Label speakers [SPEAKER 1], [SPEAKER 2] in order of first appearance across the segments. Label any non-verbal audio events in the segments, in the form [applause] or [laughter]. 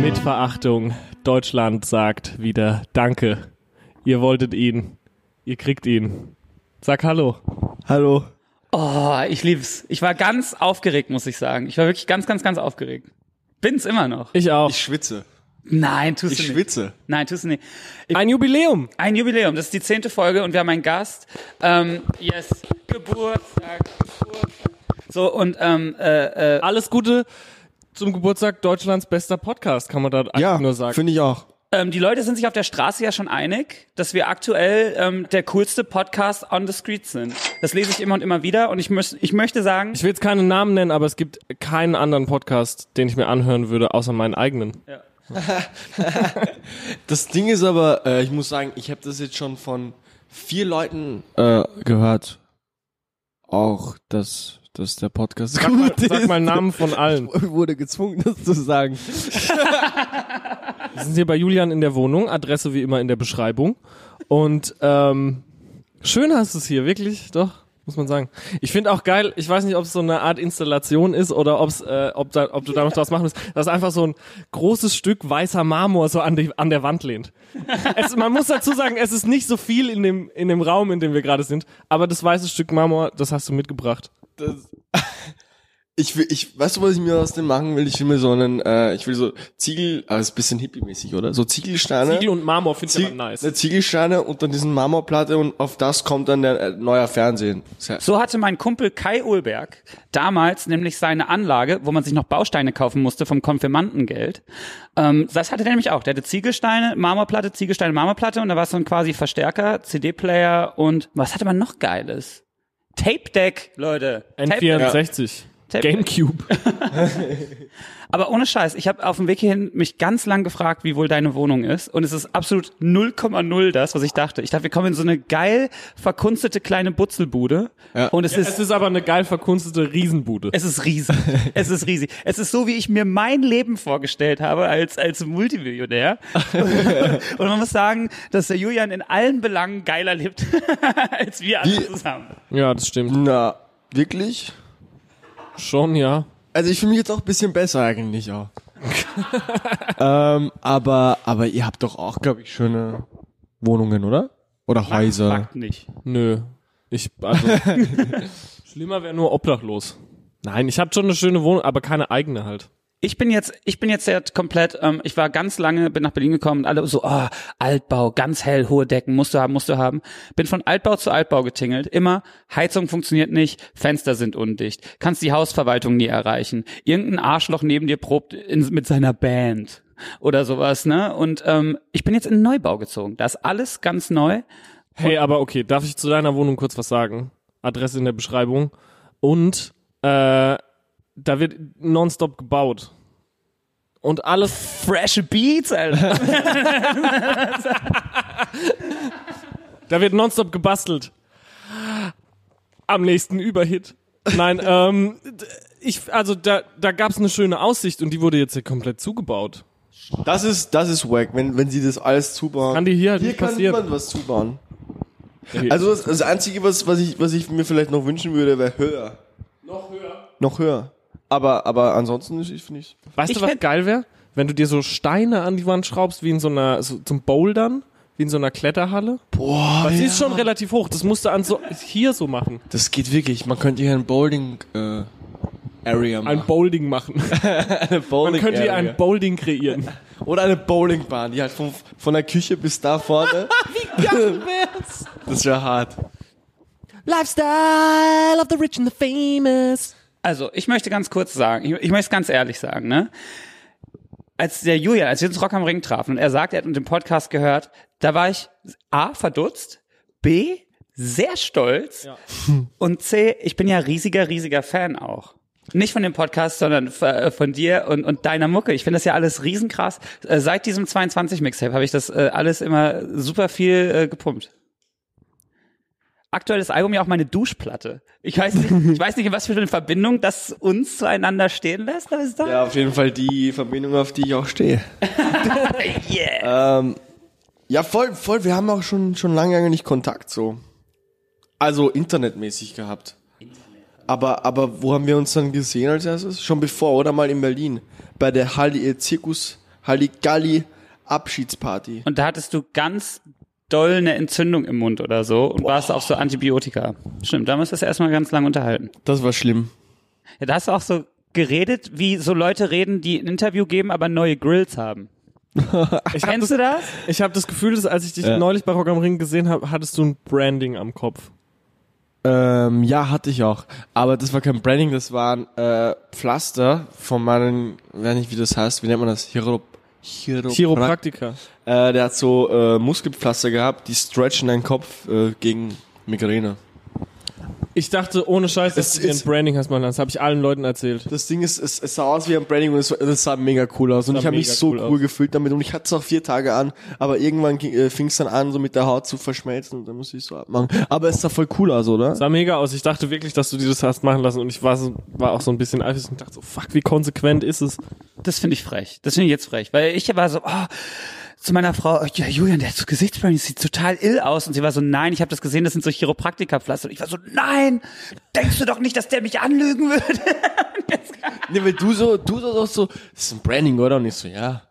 [SPEAKER 1] Mit Verachtung. Deutschland sagt wieder Danke. Ihr wolltet ihn. Ihr kriegt ihn. Sag Hallo.
[SPEAKER 2] Hallo.
[SPEAKER 3] Oh, ich lieb's. Ich war ganz aufgeregt, muss ich sagen. Ich war wirklich ganz, ganz, ganz aufgeregt. Bin's immer noch.
[SPEAKER 1] Ich auch.
[SPEAKER 2] Ich schwitze.
[SPEAKER 3] Nein, tust
[SPEAKER 2] Ich
[SPEAKER 3] du nicht.
[SPEAKER 2] schwitze.
[SPEAKER 3] Nein, tust du nicht. Ich,
[SPEAKER 1] Ein Jubiläum.
[SPEAKER 3] ein Jubiläum, das ist die zehnte Folge und wir haben einen Gast. Ähm, yes, Geburtstag, Geburtstag. So, und ähm, äh, äh,
[SPEAKER 1] Alles Gute zum Geburtstag Deutschlands bester Podcast, kann man da eigentlich
[SPEAKER 2] Ja,
[SPEAKER 1] nur sagen.
[SPEAKER 2] finde ich auch.
[SPEAKER 3] ähm, die Leute sind sich auf der Straße ja schon einig, dass wir aktuell ähm, der coolste Podcast on the street sind. Das lese ich immer und immer wieder und ich, müß, ich möchte sagen,
[SPEAKER 1] Ich will jetzt keine Namen nennen, aber es gibt keinen anderen Podcast, den ich mir anhören würde, außer meinen eigenen.
[SPEAKER 2] Das Ding ist aber, äh, ich muss sagen, ich habe das jetzt schon von vier Leuten äh, gehört. Auch, dass, dass der Podcast sag gut
[SPEAKER 1] Sag
[SPEAKER 2] ist.
[SPEAKER 1] mal [laughs] Namen von allen.
[SPEAKER 2] Ich wurde gezwungen, das zu sagen.
[SPEAKER 1] Wir sind hier bei Julian in der Wohnung, Adresse wie immer in der Beschreibung. Und ähm, schön hast du es hier, wirklich, doch, muss man sagen. Ich finde auch geil, ich weiß nicht, ob es so eine Art Installation ist oder ob's, äh, ob, da, ob du da noch draus machen musst, dass einfach so ein großes Stück weißer Marmor so an, die, an der Wand lehnt. Es, man muss dazu sagen, es ist nicht so viel in dem, in dem Raum, in dem wir gerade sind, aber das weiße Stück Marmor, das hast du mitgebracht.
[SPEAKER 2] Das, ich will, ich, weißt du, was ich mir aus dem machen will? Ich will mir so einen, äh, ich will so Ziegel, ah, ist ein bisschen hippie-mäßig, oder? So Ziegelsteine.
[SPEAKER 1] Ziegel und Marmor finde ich
[SPEAKER 2] Ziegel,
[SPEAKER 1] aber nice.
[SPEAKER 2] Eine Ziegelsteine und dann diesen Marmorplatte und auf das kommt dann der äh, neuer Fernsehen. Sehr-
[SPEAKER 3] So hatte mein Kumpel Kai Ulberg damals nämlich seine Anlage, wo man sich noch Bausteine kaufen musste vom Konfirmandengeld. Ähm, das hatte der nämlich auch. Der hatte Ziegelsteine, Marmorplatte, Ziegelsteine, Marmorplatte und da war es dann quasi Verstärker, CD-Player und was hatte man noch Geiles? Tape Deck, Leute. Tape Deck.
[SPEAKER 1] N64.
[SPEAKER 3] Tape-
[SPEAKER 1] Gamecube.
[SPEAKER 3] Aber ohne Scheiß, ich habe auf dem Weg hierhin mich ganz lang gefragt, wie wohl deine Wohnung ist. Und es ist absolut 0,0 das, was ich dachte. Ich dachte, wir kommen in so eine geil verkunstete kleine Butzelbude.
[SPEAKER 2] Ja.
[SPEAKER 3] Und es ist
[SPEAKER 1] Es ist aber eine geil verkunstete Riesenbude.
[SPEAKER 3] Es ist riesig. Es ist riesig. Es ist so, wie ich mir mein Leben vorgestellt habe als, als Multimillionär. Und man muss sagen, dass der Julian in allen Belangen geiler lebt [laughs] als wir alle
[SPEAKER 2] Wie-
[SPEAKER 3] zusammen.
[SPEAKER 1] Ja, das stimmt.
[SPEAKER 2] Na, wirklich?
[SPEAKER 1] Schon, ja.
[SPEAKER 2] Also ich fühle mich jetzt auch ein bisschen besser eigentlich
[SPEAKER 1] [laughs]
[SPEAKER 2] auch. ähm, aber, aber ihr habt doch auch, glaube ich, schöne Wohnungen, oder? Oder Häuser.
[SPEAKER 3] Fakt nicht.
[SPEAKER 1] Nö. Ich, also. schlimmer wäre nur obdachlos. Nein, ich habe schon eine schöne Wohnung, aber keine eigene halt.
[SPEAKER 3] Ich bin jetzt, ich bin jetzt ja komplett, ähm, ich war ganz lange, bin nach Berlin gekommen und alle so, ah, Altbau, ganz hell, hohe Decken, musst du haben, musst du haben. Bin von Altbau zu Altbau getingelt. Immer, Heizung funktioniert nicht, Fenster sind undicht, kannst die Hausverwaltung nie erreichen. Irgendein Arschloch neben dir probt in, mit seiner Band oder sowas, ne? Und ähm, ich bin jetzt in den Neubau gezogen. Da ist alles ganz neu.
[SPEAKER 1] Hey, aber okay, darf ich zu deiner Wohnung kurz was sagen? Adresse in der Beschreibung. Und, äh, da wird nonstop gebaut. Und alles,
[SPEAKER 3] Fresh Beats, Alter.
[SPEAKER 1] [laughs] da wird nonstop gebastelt. Am nächsten Überhit. Nein, ähm, d- ich, also da, da gab's eine schöne Aussicht und die wurde jetzt hier komplett zugebaut.
[SPEAKER 2] Das ist, das ist wack, wenn, wenn sie das alles zubauen.
[SPEAKER 1] Kann dir hier halt nicht
[SPEAKER 2] kann
[SPEAKER 1] passieren.
[SPEAKER 2] niemand was zubauen.
[SPEAKER 1] Okay.
[SPEAKER 2] Also das, das Einzige, was, was, ich, was ich mir vielleicht noch wünschen würde, wäre höher. Noch höher. Noch höher. Aber, aber ansonsten ist- ich finde ich.
[SPEAKER 1] Weißt
[SPEAKER 3] Ich
[SPEAKER 1] du, was
[SPEAKER 3] fänd-
[SPEAKER 1] geil wäre? Wenn du dir so Steine an die Wand schraubst, wie in so einer, so zum Bouldern, wie in so einer Kletterhalle.
[SPEAKER 2] Boah,
[SPEAKER 1] Das ist schon relativ hoch. Das musst du an so, hier so machen.
[SPEAKER 2] das geht wirklich. Man könnte hier ein Bowling äh, Area machen.
[SPEAKER 1] Ein Boulding machen.
[SPEAKER 2] Bowling
[SPEAKER 1] Man könnte hier ein Boulding kreieren.
[SPEAKER 2] Oder eine Bowlingbahn, die halt von, von der Küche bis da vorne. Wie geil wär's? Das wäre hart.
[SPEAKER 1] Lifestyle of the rich and the famous.
[SPEAKER 3] Also, ich möchte ganz kurz sagen, ich, ich möchte es ganz ehrlich sagen, ne? Als der Julian, als wir uns Rock am Ring trafen und er sagt, er hat uns den Podcast gehört, da war ich A, verdutzt, B, sehr stolz [laughs] und C, ich bin ja riesiger, riesiger Fan auch. Nicht von dem Podcast, sondern f- äh, von dir und, und deiner Mucke. Ich finde das ja alles riesenkrass. Äh, Seit diesem 22-Mixtape habe ich das äh, alles immer super viel äh, gepumpt aktuelles Album ja auch meine Duschplatte. Ich weiß nicht, ich weiß nicht, in was für eine Verbindung das uns zueinander stehen lässt, aber es ist doch.
[SPEAKER 2] Ja, auf jeden Fall die Verbindung, auf die ich auch stehe.
[SPEAKER 3] Yeah.
[SPEAKER 2] Ähm, Ja, voll, voll. Wir haben auch schon, schon lange nicht Kontakt so. Also internetmäßig gehabt. Aber, aber wo haben wir uns dann gesehen als erstes? Schon bevor, oder mal in Berlin. Bei der Halli äh, Zirkus Halligalli Abschiedsparty.
[SPEAKER 3] Und da hattest du ganz doll eine Entzündung im Mund oder so und warst auf so Antibiotika. Stimmt, da haben wir uns das erstmal ganz lang unterhalten.
[SPEAKER 2] Das war schlimm.
[SPEAKER 3] Ja, da hast du auch so geredet, wie so Leute reden, die ein Interview geben, aber neue Grills haben. Kennst du das?
[SPEAKER 1] Ich habe das Gefühl, dass als ich dich
[SPEAKER 2] Ja.
[SPEAKER 1] neulich bei Rock am Ring gesehen habe, hattest du ein Branding am Kopf.
[SPEAKER 2] Ähm, ja, hatte ich auch. Aber das war kein Branding, das waren äh, Pflaster von meinem, weiß nicht, wie das heißt, wie nennt man das? Chiro Chiro
[SPEAKER 1] Chiropraktiker.
[SPEAKER 2] äh, der hat so äh, Muskelpflaster gehabt, die stretchen deinen Kopf äh, gegen Migräne.
[SPEAKER 1] Ich dachte, ohne Scheiß, dass
[SPEAKER 2] Es
[SPEAKER 1] du dir ein
[SPEAKER 2] ist-
[SPEAKER 1] Branding hast, Mann. Das habe ich allen Leuten erzählt.
[SPEAKER 2] Das Ding ist, es, es sah aus wie ein Branding und es, es sah mega cool aus. Und
[SPEAKER 1] Sah
[SPEAKER 2] ich habe mich
[SPEAKER 1] mega
[SPEAKER 2] so
[SPEAKER 1] cool
[SPEAKER 2] cool,
[SPEAKER 1] aus.
[SPEAKER 2] gefühlt damit. Und ich hatte es auch vier Tage an, aber irgendwann ging- äh, fing es dann an, so mit der Haut zu verschmelzen. Und dann musste ich so abmachen. Aber es sah voll cool aus, oder?
[SPEAKER 1] Sah mega aus. Ich dachte wirklich, dass du dir das hast machen lassen und ich war, so, war auch so ein bisschen eifrig und dachte so, fuck, wie konsequent ist es?
[SPEAKER 3] Das finde ich frech. Das finde ich jetzt frech, weil ich war so oh, zu meiner Frau, oh, ja Julian, der hat so Gesichtsbranding, sieht total ill aus und sie war so nein, ich habe das gesehen, das sind so Chiropraktikerpflaster und ich war so nein, denkst du doch nicht, dass der mich anlügen würde?
[SPEAKER 2] Nee, weil du so, du so, so, so, das ist ein Branding, oder? Und ich so, ja.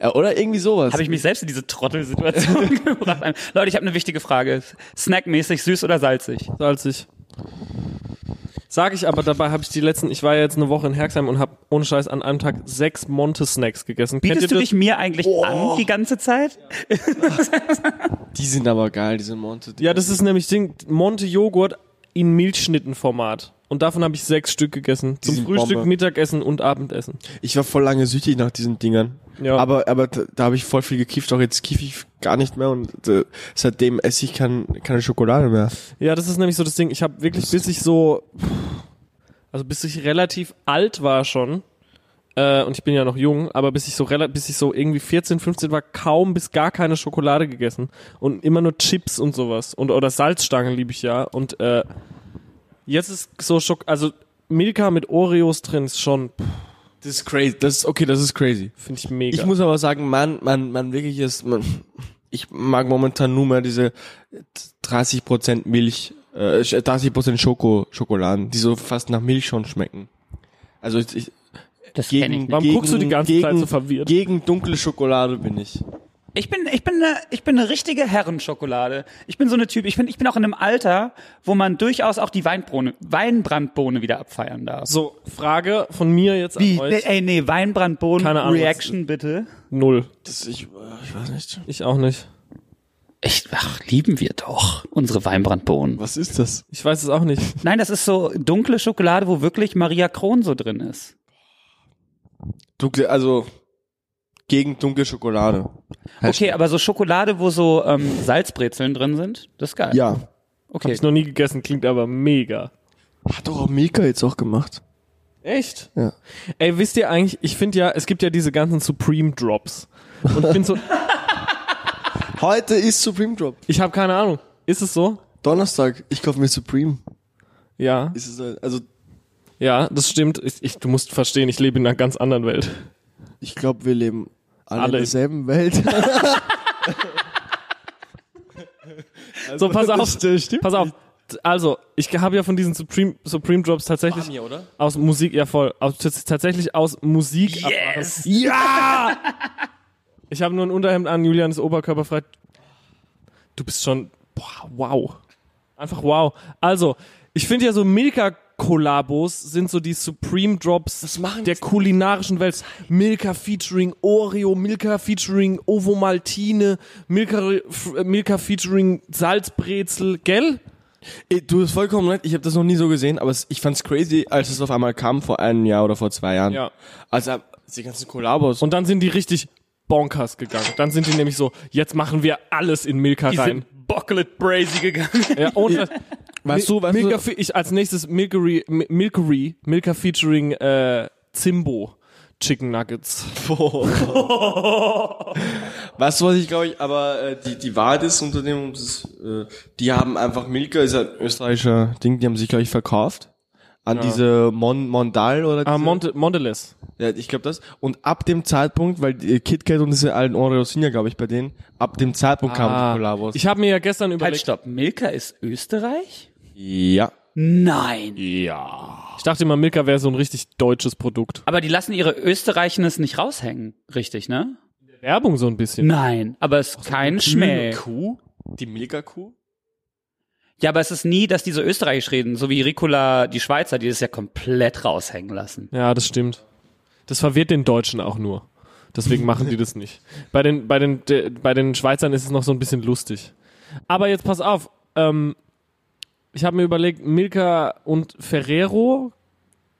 [SPEAKER 2] ja oder irgendwie sowas.
[SPEAKER 3] Habe ich mich selbst in diese Trottelsituation [laughs] gebracht. Leute, ich habe eine wichtige Frage. Snackmäßig süß oder salzig?
[SPEAKER 1] Salzig. Sag ich aber, dabei habe ich die letzten, ich war ja jetzt eine Woche in Herxheim und habe ohne Scheiß an einem Tag sechs Monte-Snacks gegessen.
[SPEAKER 3] Bietest
[SPEAKER 1] Kennt
[SPEAKER 3] du
[SPEAKER 1] ihr
[SPEAKER 3] dich mir eigentlich
[SPEAKER 2] Oh.
[SPEAKER 3] an die ganze Zeit?
[SPEAKER 2] die sind aber geil, diese Monte.
[SPEAKER 1] Das? Ja, das ist nämlich Ding, Monte-Joghurt in Milchschnittenformat. Und davon habe ich sechs Stück gegessen. Zum
[SPEAKER 2] sind
[SPEAKER 1] Frühstück,
[SPEAKER 2] Bombe.
[SPEAKER 1] Mittagessen und Abendessen.
[SPEAKER 2] Ich war voll lange süchtig nach diesen Dingern.
[SPEAKER 1] Ja.
[SPEAKER 2] Aber, aber da, da habe ich voll viel gekifft, auch jetzt kiffe ich gar nicht mehr und äh, seitdem esse ich kein, keine Schokolade mehr.
[SPEAKER 1] Ja, das ist nämlich so das Ding. Ich habe wirklich, bis ich so, also bis ich relativ alt war schon, äh, und ich bin ja noch jung, aber bis ich so rela- bis ich so irgendwie 14, 15 war, kaum bis gar keine Schokolade gegessen und immer nur Chips und sowas und oder Salzstangen liebe ich ja und äh, jetzt ist so Schok, also Milka mit Oreos drin ist schon,
[SPEAKER 2] Das ist crazy. Das ist, okay, das ist crazy.
[SPEAKER 1] finde ich mega.
[SPEAKER 2] Ich muss aber sagen, man, man, man wirklich ist, man, ich mag momentan nur mehr diese 30% Milch, äh, 30% Schoko, Schokoladen, die so fast nach Milch schon schmecken. Also ich, ich
[SPEAKER 3] Das kenn
[SPEAKER 2] gegen,
[SPEAKER 1] Warum
[SPEAKER 2] gegen,
[SPEAKER 1] guckst du die ganze
[SPEAKER 2] gegen,
[SPEAKER 1] Zeit so verwirrt?
[SPEAKER 2] Gegen dunkle Schokolade bin ich.
[SPEAKER 3] Ich bin, ich bin, eine, ich bin eine richtige Herrenschokolade. Ich bin so eine Typ. Ich bin, ich bin auch in einem Alter, wo man durchaus auch die Weinbrone, Weinbrandbohne wieder abfeiern darf.
[SPEAKER 1] so Frage von mir jetzt
[SPEAKER 3] Wie?
[SPEAKER 1] an
[SPEAKER 3] Nee,
[SPEAKER 1] euch.
[SPEAKER 3] ey, nee, Weinbrandbohnen
[SPEAKER 1] Keine Ahnung,
[SPEAKER 3] Reaction bitte.
[SPEAKER 1] Null.
[SPEAKER 2] Das, ich, äh, ich weiß nicht.
[SPEAKER 1] Ich auch nicht.
[SPEAKER 3] Echt, ach, lieben wir doch unsere Weinbrandbohnen.
[SPEAKER 2] Was ist das?
[SPEAKER 1] Ich weiß es auch nicht.
[SPEAKER 3] Nein, das ist so dunkle Schokolade, wo wirklich Maria Kron so drin ist.
[SPEAKER 2] Dunkle, also gegen dunkle Schokolade.
[SPEAKER 3] Okay, aber so Schokolade, wo so ähm, Salzbrezeln drin sind, das ist geil.
[SPEAKER 2] Ja.
[SPEAKER 1] Hab
[SPEAKER 3] okay.
[SPEAKER 1] ich noch nie gegessen, klingt aber mega.
[SPEAKER 2] Hat doch auch Milka jetzt auch gemacht.
[SPEAKER 1] Echt?
[SPEAKER 2] Ja.
[SPEAKER 1] Ey, wisst ihr eigentlich, ich finde ja, es gibt ja diese ganzen Supreme Drops. Und ich bin so,
[SPEAKER 2] Heute ist Supreme Drop.
[SPEAKER 1] ich habe keine Ahnung. Ist es so?
[SPEAKER 2] Donnerstag. Ich kaufe mir Supreme.
[SPEAKER 1] Ja.
[SPEAKER 2] Ist es, äh, also
[SPEAKER 1] Ja, das stimmt. Ich, ich, du musst verstehen, ich lebe in einer ganz anderen Welt.
[SPEAKER 2] Ich glaube, wir leben alle,
[SPEAKER 1] Alle.
[SPEAKER 2] in
[SPEAKER 1] [laughs]
[SPEAKER 2] derselben Welt.
[SPEAKER 1] so, pass auf.
[SPEAKER 2] stimmt.
[SPEAKER 1] Pass auf. Also, ich habe ja von diesen Supreme, Supreme Drops tatsächlich
[SPEAKER 2] oder?
[SPEAKER 1] aus Musik, ja voll, aus, tats- tatsächlich aus Musik.
[SPEAKER 3] Yes!
[SPEAKER 1] Ja! ich habe nur ein Unterhemd an, Julian ist oberkörperfrei. Du bist schon, boah, wow. Einfach wow. Also, ich finde ja so Milka-Kollabos sind so die Supreme Drops
[SPEAKER 2] machen
[SPEAKER 1] der
[SPEAKER 2] die-
[SPEAKER 1] kulinarischen Welt. Milka featuring Oreo, Milka featuring Ovomaltine, Milka, f- äh, Milka featuring Salzbrezel, gell?
[SPEAKER 2] Ey, du hast vollkommen recht. Ich habe das noch nie so gesehen, aber es- ich fand's crazy, als es auf einmal kam vor einem Jahr oder vor zwei Jahren.
[SPEAKER 1] Ja.
[SPEAKER 2] Also äh, die ganzen Kollabos.
[SPEAKER 1] Und dann sind die richtig bonkers gegangen. Dann sind die nämlich so, jetzt machen wir alles in Milka
[SPEAKER 3] Die
[SPEAKER 1] rein.
[SPEAKER 3] sind bocklet brazy gegangen.
[SPEAKER 1] [laughs] Ja, ohne,
[SPEAKER 2] weißt du, weißt
[SPEAKER 1] Milka,
[SPEAKER 2] du,
[SPEAKER 1] fe- ich als nächstes Milkery, Mi- Milkery, Milka featuring äh, Zimbo Chicken Nuggets.
[SPEAKER 2] weißt du, was ich glaube ich, aber äh, die, die Wahrheit ist unter dem, das, äh, die haben einfach Milka, ist ein österreichischer Ding, die haben sich, glaube ich, verkauft An diese Mon Mondal oder diese,
[SPEAKER 1] Ah, Monte, Mondelez.
[SPEAKER 2] ja, ich glaube das. Und ab dem Zeitpunkt, weil die KitKat und diese alten Oreos sind ja, glaube ich, bei denen, ab dem Zeitpunkt kamen die Kollabos.
[SPEAKER 1] Ah, Ich habe mir ja gestern
[SPEAKER 3] Halt,
[SPEAKER 1] überlegt,
[SPEAKER 3] stopp. Milka ist Österreich?
[SPEAKER 2] ja.
[SPEAKER 3] Nein.
[SPEAKER 2] Ja.
[SPEAKER 1] ich dachte immer, Milka wäre so ein richtig deutsches Produkt.
[SPEAKER 3] Aber die lassen ihre Österreichnis nicht raushängen. Richtig, ne?
[SPEAKER 1] Werbung so ein bisschen.
[SPEAKER 3] Nein. Aber es ist kein Schmäh.
[SPEAKER 2] Kuh? Die Milka-Kuh?
[SPEAKER 3] Ja, aber es ist nie, dass diese so Österreichisch reden, so wie Ricola, die Schweizer, die das ja komplett raushängen lassen.
[SPEAKER 1] Ja, das stimmt. Das verwirrt den Deutschen auch nur. Deswegen machen die das nicht. Bei den, bei den, de, bei den Schweizern ist es noch so ein bisschen lustig. Aber jetzt pass auf. Ähm, ich habe mir überlegt, Milka und Ferrero,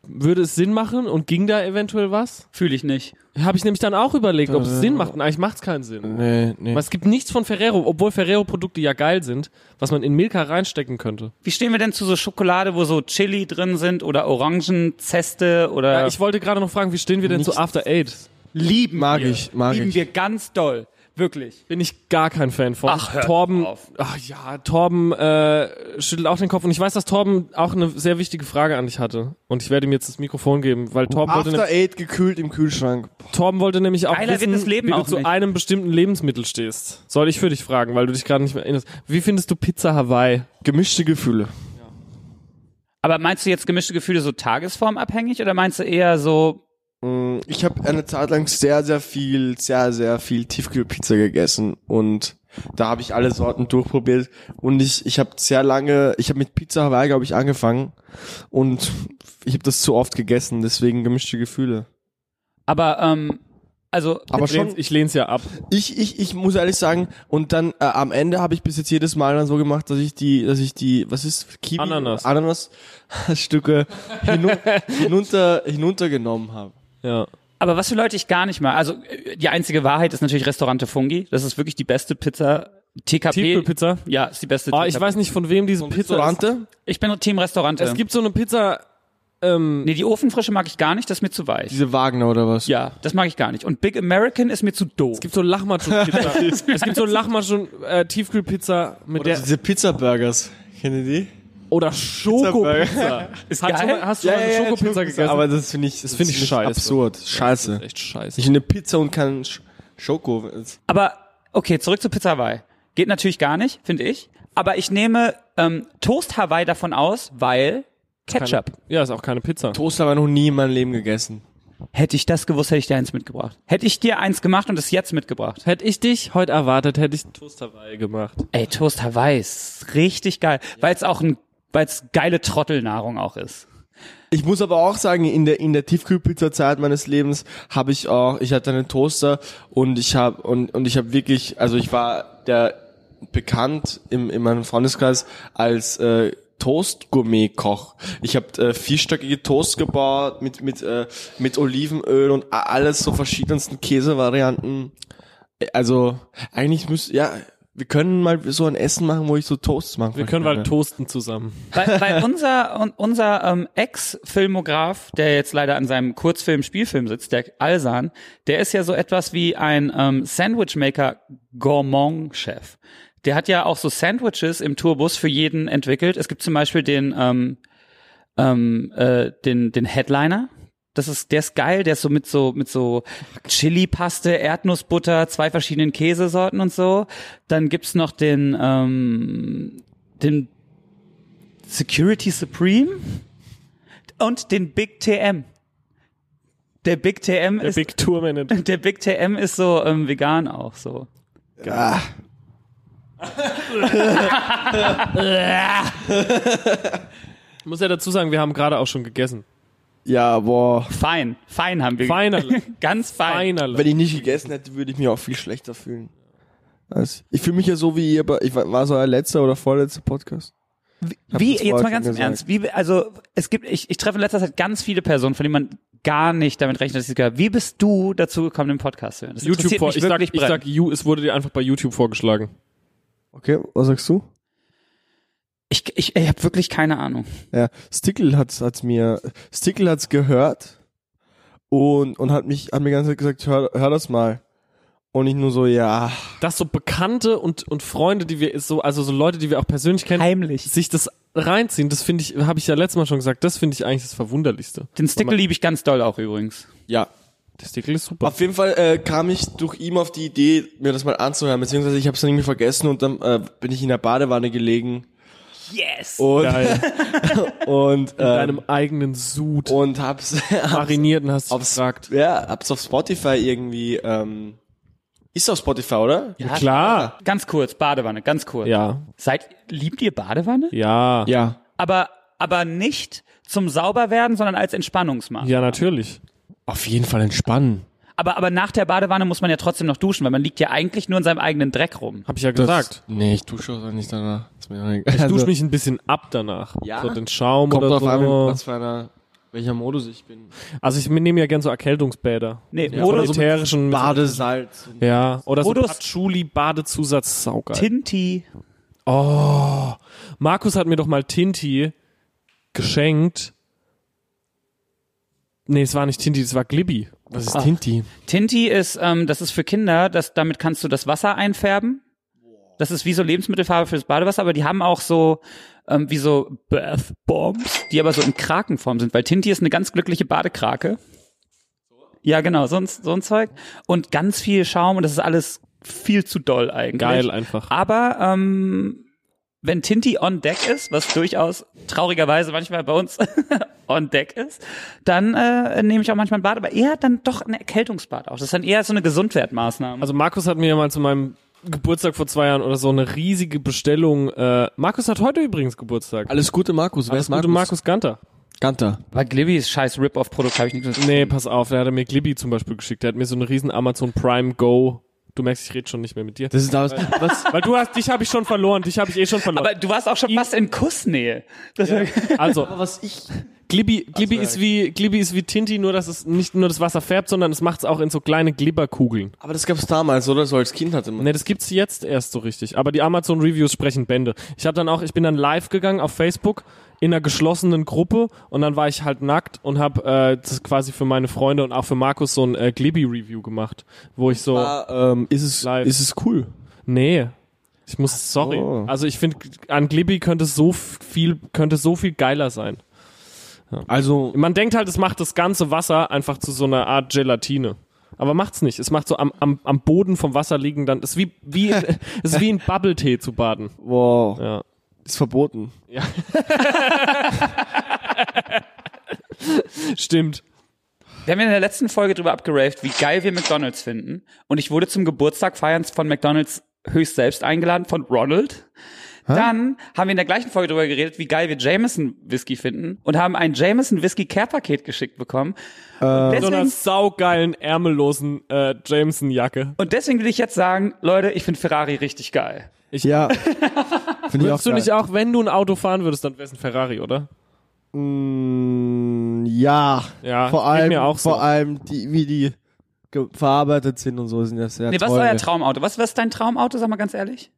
[SPEAKER 1] würde es Sinn machen und ging da eventuell was?
[SPEAKER 3] Fühle ich nicht.
[SPEAKER 1] Habe ich nämlich dann auch überlegt, ob es Sinn macht. Und eigentlich macht es keinen Sinn.
[SPEAKER 2] Nee, nee.
[SPEAKER 1] Weil es gibt nichts von Ferrero, obwohl Ferrero-Produkte ja geil sind, was man in Milka reinstecken könnte.
[SPEAKER 3] Wie stehen wir denn zu so Schokolade, wo so Chili drin sind oder Orangenzeste oder
[SPEAKER 1] Ich wollte gerade noch fragen, wie stehen wir denn zu After Eight?
[SPEAKER 3] lieben
[SPEAKER 2] Mag
[SPEAKER 3] wir.
[SPEAKER 2] ich, mag
[SPEAKER 3] lieben
[SPEAKER 2] ich.
[SPEAKER 3] wir ganz doll, wirklich.
[SPEAKER 1] Bin ich gar kein Fan von.
[SPEAKER 3] Ach, hör
[SPEAKER 1] Torben,
[SPEAKER 3] auf.
[SPEAKER 1] ach ja, Torben äh, schüttelt auch den Kopf und ich weiß, dass Torben auch eine sehr wichtige Frage an dich hatte und ich werde ihm jetzt das Mikrofon geben, weil Torben, wollte,
[SPEAKER 2] After
[SPEAKER 1] ne
[SPEAKER 2] Eight gekühlt im Kühlschrank.
[SPEAKER 1] Torben wollte nämlich auch
[SPEAKER 3] Geiler wird
[SPEAKER 1] wissen,
[SPEAKER 3] das Leben
[SPEAKER 1] wie
[SPEAKER 3] auch
[SPEAKER 1] du zu
[SPEAKER 3] nicht.
[SPEAKER 1] einem bestimmten Lebensmittel stehst. Soll ich für dich fragen, weil du dich gerade nicht mehr erinnerst. Wie findest du Pizza Hawaii?
[SPEAKER 2] Gemischte Gefühle.
[SPEAKER 3] Aber meinst du jetzt gemischte Gefühle so tagesformabhängig oder meinst du eher so
[SPEAKER 2] Ich habe eine Zeit lang sehr, sehr viel, sehr, sehr viel Tiefkühlpizza gegessen und da habe ich alle Sorten durchprobiert und ich, ich habe sehr lange, ich habe mit Pizza Hawaii, glaube ich, angefangen und ich habe das zu oft gegessen, deswegen gemischte Gefühle.
[SPEAKER 3] aber ähm, also
[SPEAKER 2] Aber
[SPEAKER 1] Ich lehn's-
[SPEAKER 2] schon,
[SPEAKER 1] Ich lehne es ja ab.
[SPEAKER 2] ich, ich, ich muss ehrlich sagen, und dann äh, am Ende habe ich bis jetzt jedes Mal dann so gemacht, dass ich die, dass ich die, was ist, Kiwi?
[SPEAKER 1] Ananas.
[SPEAKER 2] Ananas [laughs] Stücke hinun [laughs] hinunter, hinuntergenommen habe.
[SPEAKER 1] Ja.
[SPEAKER 3] aber was für Leute ich gar nicht mal. Also äh, die einzige Wahrheit ist natürlich Restaurante Fungi, das ist wirklich die beste Pizza TKP.
[SPEAKER 1] Tiefkühlpizza?
[SPEAKER 3] Ja, ist die beste
[SPEAKER 1] Oh,
[SPEAKER 3] TKP.
[SPEAKER 1] ich weiß nicht, von wem diese Pizza ist.
[SPEAKER 2] Restaurante?
[SPEAKER 3] Ich bin Team Restaurante.
[SPEAKER 1] Es gibt so eine Pizza, ähm,
[SPEAKER 3] nee, die Ofenfrische mag ich gar nicht, das ist mir zu weich.
[SPEAKER 2] Diese Wagner oder was?
[SPEAKER 3] Ja, das mag ich gar nicht. Und Big American ist mir zu doof.
[SPEAKER 1] es gibt so
[SPEAKER 2] [laughs]
[SPEAKER 1] Lachmacho-Pizza. es gibt so Lachmacho-Tiefkühlpizza mit
[SPEAKER 2] Oder
[SPEAKER 1] der
[SPEAKER 2] diese Pizza-Burgers. Kennt ihr die?
[SPEAKER 1] Oder Schokopizza.
[SPEAKER 3] Ist
[SPEAKER 1] Hat
[SPEAKER 3] geil.
[SPEAKER 1] schon mal- Hast du schon mal eine Schokopizza gegessen?
[SPEAKER 2] Aber das finde ich, das
[SPEAKER 1] find ich scheiße.
[SPEAKER 2] absurd. Scheiße.
[SPEAKER 1] echt scheiße.
[SPEAKER 2] Ich eine Pizza und kein Sch Schoko.
[SPEAKER 3] Aber okay, zurück zu Pizza Hawaii. Geht natürlich gar nicht, finde ich. Aber ich nehme ähm, Toast Hawaii davon aus, weil Ketchup.
[SPEAKER 1] Ja, ist auch keine Pizza.
[SPEAKER 2] Toast habe ich noch nie in meinem Leben gegessen.
[SPEAKER 3] Hätte ich das gewusst, hätte ich dir eins mitgebracht. Hätte ich dir eins gemacht und es jetzt mitgebracht.
[SPEAKER 1] Hätte ich dich heute erwartet, hätte ich Toast dabei gemacht.
[SPEAKER 3] Ey, Toast Hawaii ist richtig geil, weil es auch ein, weil es geile Trottelnahrung auch ist.
[SPEAKER 2] Ich muss aber auch sagen, in der in der Tiefkühlpizza-Zeit meines Lebens habe ich auch, ich hatte einen Toaster und ich habe und und ich habe wirklich, also ich war der bekannt im in meinem Freundeskreis als äh, Toast-Gourmet-Koch. Ich habe äh, vierstöckige Toast gebaut mit mit äh, mit Olivenöl und a- alles so verschiedensten Käsevarianten. Äh, Also eigentlich müsste ja, wir können mal so ein Essen machen, wo ich so Toasts mache.
[SPEAKER 1] Wir können mal toasten zusammen.
[SPEAKER 3] Weil, weil unser, un- unser ähm, Ex-Filmograf, der jetzt leider an seinem Kurzfilm-Spielfilm sitzt, der Alsan, der ist ja so etwas wie ein ähm, Sandwichmaker-Gourmand-Chef. Der hat ja auch so Sandwiches im Tourbus für jeden entwickelt. Es gibt zum Beispiel den, ähm, ähm, äh, den, den Headliner. Das ist, der ist geil, der ist so mit so, mit so Chili-Paste, Erdnussbutter, zwei verschiedenen Käsesorten und so. Dann gibt's noch den, ähm, den Security Supreme und den Big TM. Der Big TM
[SPEAKER 1] Der
[SPEAKER 3] ist
[SPEAKER 1] Big Tour Minute.
[SPEAKER 3] [laughs] der Big TM ist so ähm, vegan auch so.
[SPEAKER 2] Ah.
[SPEAKER 1] Ich muss ja dazu sagen, wir haben gerade auch schon gegessen.
[SPEAKER 2] Ja, boah.
[SPEAKER 3] Fein, fein haben wir.
[SPEAKER 1] Feinerle.
[SPEAKER 3] Ganz fein.
[SPEAKER 1] Feinerle.
[SPEAKER 2] Wenn ich nicht gegessen hätte, würde ich mich auch viel schlechter fühlen. Also, ich fühle mich ja so wie ihr, bei- ich war es euer letzter oder vorletzter Podcast.
[SPEAKER 3] Wie
[SPEAKER 2] das
[SPEAKER 3] jetzt mal
[SPEAKER 2] vorher
[SPEAKER 3] ganz
[SPEAKER 2] schon
[SPEAKER 3] im Ernst, wie also es gibt ich, ich treffe in letzter Zeit ganz viele Personen, von denen man gar nicht damit rechnet, dass sie gehört. Wie bist du dazu gekommen, den Podcast zu hören? Das
[SPEAKER 1] YouTube
[SPEAKER 3] interessiert
[SPEAKER 1] vor,
[SPEAKER 3] mich
[SPEAKER 1] ich sag,
[SPEAKER 3] wirklich
[SPEAKER 1] ich
[SPEAKER 3] brennend.
[SPEAKER 1] sag, you, es wurde dir einfach bei YouTube vorgeschlagen.
[SPEAKER 2] Okay, was sagst du?
[SPEAKER 3] ich, ich, ich habe wirklich keine Ahnung.
[SPEAKER 2] Ja, Stickle hat's, hat's mir, Stickle hat's gehört und, und hat mich, hat mir die ganze Zeit gesagt, hör, hör das mal. Und ich nur so, ja,
[SPEAKER 1] Dass so Bekannte und, und Freunde, die wir, so, also so Leute, die wir auch persönlich kennen,
[SPEAKER 3] Heimlich.
[SPEAKER 1] sich das reinziehen, das finde ich, habe ich ja letztes Mal schon gesagt, das finde ich eigentlich das Verwunderlichste.
[SPEAKER 3] Den Sticker liebe ich ganz doll auch übrigens.
[SPEAKER 2] Ja.
[SPEAKER 1] Der Stickel ist super.
[SPEAKER 2] Auf jeden Fall äh, kam ich durch ihn auf die Idee, mir das mal anzuhören, beziehungsweise ich habe es dann irgendwie vergessen und dann äh, bin ich in der Badewanne gelegen
[SPEAKER 3] Yes!
[SPEAKER 1] Oh. [laughs]
[SPEAKER 2] und
[SPEAKER 1] Geil.
[SPEAKER 2] und ähm,
[SPEAKER 1] Deinem eigenen Sud
[SPEAKER 2] und hab's [laughs]
[SPEAKER 1] marinierten hast du
[SPEAKER 2] aufs,
[SPEAKER 1] gefragt.
[SPEAKER 2] ja, hab's auf Spotify irgendwie ähm, ist auf Spotify, oder?
[SPEAKER 1] Ja, klar.
[SPEAKER 3] Ganz kurz, Badewanne, ganz kurz.
[SPEAKER 1] Ja,
[SPEAKER 3] Seid, liebt ihr Badewanne?
[SPEAKER 1] ja, ja,
[SPEAKER 2] Ja.
[SPEAKER 3] Aber, aber nicht zum Sauberwerden, sondern als Entspannungsmaß.
[SPEAKER 1] natürlich.
[SPEAKER 2] Auf jeden Fall entspannen.
[SPEAKER 3] Aber, aber nach der Badewanne muss man ja trotzdem noch duschen, weil man liegt ja eigentlich nur in seinem eigenen Dreck rum.
[SPEAKER 1] Habe ich ja
[SPEAKER 2] Das,
[SPEAKER 1] gesagt.
[SPEAKER 2] Nee, ich dusche auch nicht danach. Ist mir doch egal.
[SPEAKER 1] Ich
[SPEAKER 2] Also-
[SPEAKER 1] dusche mich ein bisschen ab danach.
[SPEAKER 2] Ja?
[SPEAKER 1] So den Schaum
[SPEAKER 2] Kommt
[SPEAKER 1] oder
[SPEAKER 2] drauf an,
[SPEAKER 1] so.
[SPEAKER 2] was für einer, welcher Modus ich bin.
[SPEAKER 1] Also ich nehme ja gern so Erkältungsbäder.
[SPEAKER 3] Nee,
[SPEAKER 1] ja,
[SPEAKER 3] Modus-
[SPEAKER 1] Modus ätherischen
[SPEAKER 2] Badesalz.
[SPEAKER 1] Ja, oder so
[SPEAKER 3] Modus-
[SPEAKER 1] Patchouli Badezusatz saugeil.
[SPEAKER 3] Tinti.
[SPEAKER 1] Markus hat mir doch mal Tinti geschenkt. Nee, es war nicht Tinti, es war Glibby. Ah.
[SPEAKER 2] Was ist Tinti?
[SPEAKER 3] Tinti ist, ähm, das ist für Kinder, das, damit kannst du das Wasser einfärben. Das ist wie so Lebensmittelfarbe fürs Badewasser, aber die haben auch so, ähm, wie so Bath Bombs, die aber so in Krakenform sind, weil Tinti ist eine ganz glückliche Badekrake. Ja, genau, so ein, so ein Zeug. Und ganz viel Schaum und das ist alles viel zu doll eigentlich.
[SPEAKER 1] Geil einfach.
[SPEAKER 3] Aber ähm, wenn Tinti on deck ist, was durchaus traurigerweise manchmal bei uns [laughs] on deck ist, dann äh, nehme ich auch manchmal ein Bad, aber eher dann doch ein Erkältungsbad auch. Das ist dann eher so eine Gesundwertmaßnahme.
[SPEAKER 1] Also Markus hat mir ja mal zu meinem Geburtstag vor zwei Jahren oder so eine riesige Bestellung. Äh, Markus hat heute übrigens Geburtstag.
[SPEAKER 2] Alles Gute, Markus. Wer ist
[SPEAKER 1] Gute Markus Ganter.
[SPEAKER 2] Ganter.
[SPEAKER 3] bei Glibbies scheiß Rip-Off-Produkt habe ich nichts mit.
[SPEAKER 1] Nee, pass auf, der hat mir Glibby zum Beispiel geschickt. Der hat mir so eine riesen Amazon Prime Go. Du merkst, ich rede schon nicht mehr mit dir.
[SPEAKER 2] Das ist damals. Was?
[SPEAKER 1] Weil du hast, dich habe ich schon verloren, dich habe ich eh schon verloren.
[SPEAKER 3] Aber du warst auch schon fast in Kussnähe. Das
[SPEAKER 1] also,
[SPEAKER 2] was ich.
[SPEAKER 1] Glibby, Glibby ist wie Glibby ist wie Tinti, nur dass es nicht nur das Wasser färbt, sondern es macht es auch in so kleine Glibberkugeln.
[SPEAKER 2] Aber das gab's damals, oder? So als Kind hatte man.
[SPEAKER 1] Ne, das gibt's jetzt erst so richtig. Aber die Amazon Reviews sprechen Bände. Ich habe dann auch, ich bin dann live gegangen auf Facebook in einer geschlossenen Gruppe und dann war ich halt nackt und habe äh, das quasi für meine Freunde und auch für Markus so ein äh, Glibby Review gemacht, wo ich so
[SPEAKER 2] Ah, ähm, ist es,
[SPEAKER 1] Live.
[SPEAKER 2] ist es cool?
[SPEAKER 1] Nee. Ich muss, sorry. Also ich finde, an Glibby könnte es so viel, könnte es so viel geiler sein.
[SPEAKER 2] Also,
[SPEAKER 1] Man denkt halt, es macht das ganze Wasser einfach zu so einer Art Gelatine. Aber macht's nicht. Es macht so am, am, am Boden vom Wasser liegen dann, es ist wie, wie,
[SPEAKER 2] [laughs]
[SPEAKER 1] es ist wie in Bubble-Tee zu baden.
[SPEAKER 2] wow.
[SPEAKER 1] Ja.
[SPEAKER 2] Ist verboten.
[SPEAKER 1] Stimmt.
[SPEAKER 3] Wir haben ja in der letzten Folge drüber abgeraved, wie geil wir McDonalds finden. Und ich wurde zum Geburtstag feierns von McDonalds höchst selbst eingeladen, von Ronald. Dann haben wir in der gleichen Folge drüber geredet, wie geil wir Jameson Whisky finden und haben ein Jameson Whisky Care Paket geschickt bekommen.
[SPEAKER 2] Ähm,
[SPEAKER 3] Und
[SPEAKER 1] So einer
[SPEAKER 3] deswegen,
[SPEAKER 1] saugeilen, ärmellosen äh, Jameson-Jacke.
[SPEAKER 3] und deswegen will ich jetzt sagen, Leute, ich finde Ferrari richtig geil.
[SPEAKER 1] [laughs]
[SPEAKER 2] Ja. Finde ich auch
[SPEAKER 1] Würdest du
[SPEAKER 2] geil.
[SPEAKER 1] nicht auch, wenn du ein Auto fahren würdest, dann wär's ein Ferrari, oder?
[SPEAKER 2] Mm, ja.
[SPEAKER 1] Ja,
[SPEAKER 2] Vor
[SPEAKER 1] geht
[SPEAKER 2] allem,
[SPEAKER 1] mir auch so.
[SPEAKER 2] vor allem die, wie die ge- verarbeitet sind und so sind ja sehr
[SPEAKER 3] Nee, was ist
[SPEAKER 2] teure.
[SPEAKER 3] euer Traumauto? Was, was ist dein Traumauto, sag mal ganz ehrlich?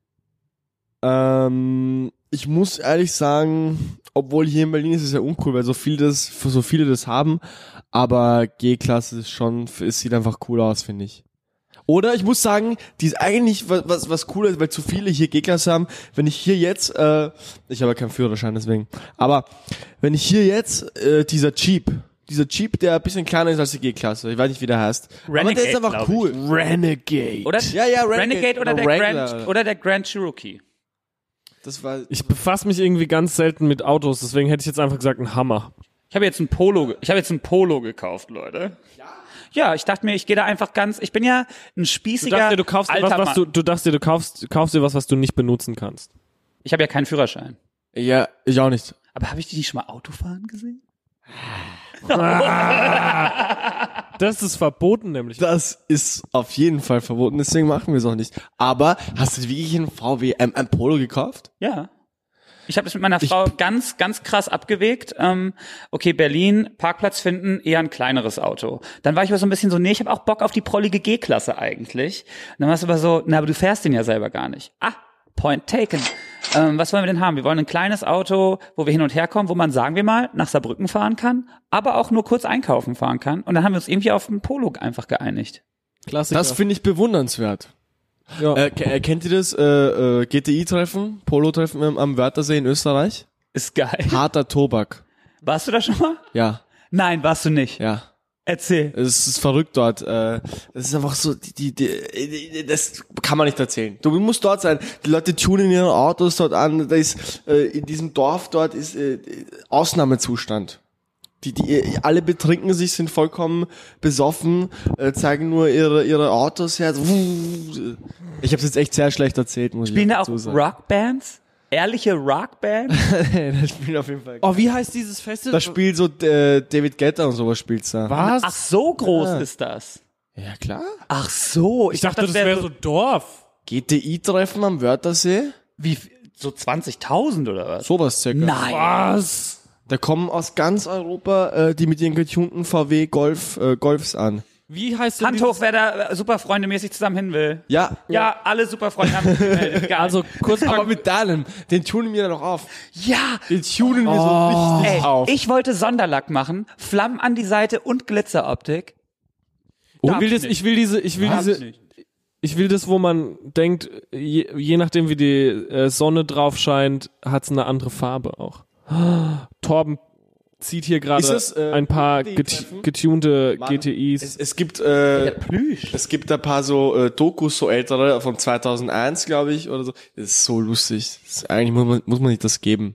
[SPEAKER 2] Ähm, ich muss ehrlich sagen, obwohl hier in Berlin ist es ja uncool, weil so viele das, für so viele das haben, aber G-Klasse ist schon, es sieht einfach cool aus, finde ich. Oder ich muss sagen, die ist eigentlich was, was, was cool ist, weil zu viele hier G-Klasse haben. Wenn ich hier jetzt, äh, ich habe ja keinen Führerschein, deswegen, aber wenn ich hier jetzt, äh, dieser Jeep, dieser Jeep, der ein bisschen kleiner ist als die G-Klasse, ich weiß nicht, wie der heißt. aber der
[SPEAKER 3] Renegade,
[SPEAKER 2] ist einfach
[SPEAKER 3] glaub ich.
[SPEAKER 2] cool. Renegade.
[SPEAKER 3] Oder?
[SPEAKER 2] Ja, ja, Renegade
[SPEAKER 3] oder, der
[SPEAKER 2] oder Wrangler.
[SPEAKER 3] Grand, oder der Grand Cherokee.
[SPEAKER 2] Das war,
[SPEAKER 1] Ich befasse mich irgendwie ganz selten mit Autos, deswegen hätte ich jetzt einfach gesagt, ein Hammer.
[SPEAKER 3] Ich habe jetzt ein Polo, ge- ich habe jetzt ein Polo gekauft, Leute. Ja, ich dachte mir, ich gehe da einfach ganz, ich bin ja
[SPEAKER 1] Du
[SPEAKER 3] ein spießiger
[SPEAKER 1] dachtest dir, du kaufst dir
[SPEAKER 3] alter
[SPEAKER 1] was, was
[SPEAKER 3] Mann.
[SPEAKER 1] du, du dachtest dir, du kaufst, kaufst dir was, was du nicht benutzen kannst.
[SPEAKER 3] Ich habe ja keinen Führerschein.
[SPEAKER 2] ja, ich auch nicht.
[SPEAKER 3] Aber habe ich die nicht schon mal Autofahren gesehen?
[SPEAKER 1] Das ist verboten nämlich.
[SPEAKER 2] Das ist auf jeden Fall verboten, deswegen machen wir es auch nicht. Aber hast du wirklich einen VW, ähm, ein Polo gekauft?
[SPEAKER 3] Ja. Ich habe das mit meiner Frau ganz, ganz krass abgewegt. Ähm, okay, Berlin, Parkplatz finden, eher ein kleineres Auto. Dann war ich aber so ein bisschen so, nee, ich habe auch Bock auf die prollige G-Klasse eigentlich. Und dann war es aber so, na, aber du fährst den ja selber gar nicht. Ah, point taken. Ähm, was wollen wir denn haben? Wir wollen ein kleines Auto, wo wir hin und her kommen, wo man, sagen wir mal, nach Saarbrücken fahren kann, aber auch nur kurz einkaufen fahren kann. Und dann haben wir uns irgendwie auf einen Polo einfach geeinigt.
[SPEAKER 1] Klassiker.
[SPEAKER 2] Das finde ich bewundernswert.
[SPEAKER 1] Ja.
[SPEAKER 2] Äh, ke- äh, kennt ihr das äh, äh, GTI-Treffen, Polo-Treffen am, am Wörthersee in Österreich?
[SPEAKER 3] Ist geil.
[SPEAKER 2] [laughs] Harter Tobak.
[SPEAKER 3] Warst du da schon mal?
[SPEAKER 2] Ja,
[SPEAKER 3] Nein, warst du nicht.
[SPEAKER 2] ja.
[SPEAKER 3] Erzähl.
[SPEAKER 2] Es ist verrückt dort. äh, Es ist einfach so, die, die, die, das kann man nicht erzählen. Du musst dort sein. Die Leute tunen ihre Autos dort an. Da ist äh, in diesem Dorf dort ist äh, Ausnahmezustand. Die, die, alle betrinken sich, sind vollkommen besoffen, äh, zeigen nur ihre, ihre Autos her. So, Ich habe es jetzt echt sehr schlecht erzählt, muss
[SPEAKER 3] Spielen
[SPEAKER 2] ich
[SPEAKER 3] da auch
[SPEAKER 2] dazu sagen.
[SPEAKER 3] Rockbands? Ehrliche Rockbands?
[SPEAKER 2] [laughs] das spielen auf jeden Fall.
[SPEAKER 1] Oh, wie heißt dieses Festival?
[SPEAKER 2] Das spielt so äh, David Guetta und sowas spielt's da.
[SPEAKER 1] Was?
[SPEAKER 3] Ach, so groß ist das.
[SPEAKER 2] Ja klar.
[SPEAKER 3] Ach so.
[SPEAKER 1] ich dachte, das wäre so Dorf.
[SPEAKER 2] GTI-Treffen am Wörthersee.
[SPEAKER 3] Wie, so 20.000 oder was?
[SPEAKER 2] Sowas circa.
[SPEAKER 3] Nein.
[SPEAKER 1] Was?
[SPEAKER 2] Da kommen aus ganz Europa äh, die mit ihren getunten VW Golf äh, Golfs an.
[SPEAKER 1] Wie heißt denn
[SPEAKER 3] Hand
[SPEAKER 1] dieses-
[SPEAKER 3] hoch, wer da äh, Superfreunde-mäßig zusammen hin will.
[SPEAKER 2] Ja.
[SPEAKER 3] Ja, alle Superfreunde haben sich gemeldet. Geil.
[SPEAKER 1] Also kurz
[SPEAKER 2] Aber mit deinem, den tunen wir dann noch auf.
[SPEAKER 3] ja,
[SPEAKER 2] Den tunen wir so richtig
[SPEAKER 3] ey,
[SPEAKER 2] auf.
[SPEAKER 3] ich wollte Sonderlack machen, Flammen an die Seite und Glitzeroptik.
[SPEAKER 1] ich will, das, ich will diese, ich will
[SPEAKER 3] Darf's
[SPEAKER 1] diese,
[SPEAKER 3] nicht.
[SPEAKER 1] ich will das, wo man denkt, je, je nachdem wie die äh, Sonne drauf scheint, hat's eine andere Farbe auch. [gasps] Torben zieht hier
[SPEAKER 2] Ist
[SPEAKER 1] gerade
[SPEAKER 2] es, äh,
[SPEAKER 1] ein paar
[SPEAKER 2] die Treffen?
[SPEAKER 1] get, getunte
[SPEAKER 2] Mann,
[SPEAKER 1] GTIs.
[SPEAKER 2] Es, es gibt äh,
[SPEAKER 3] Plüsch.
[SPEAKER 2] es gibt ein paar so äh, Dokus, so ältere von 2001, glaube ich, oder so. Das ist so lustig. Das ist, eigentlich muss man, muss man nicht das geben.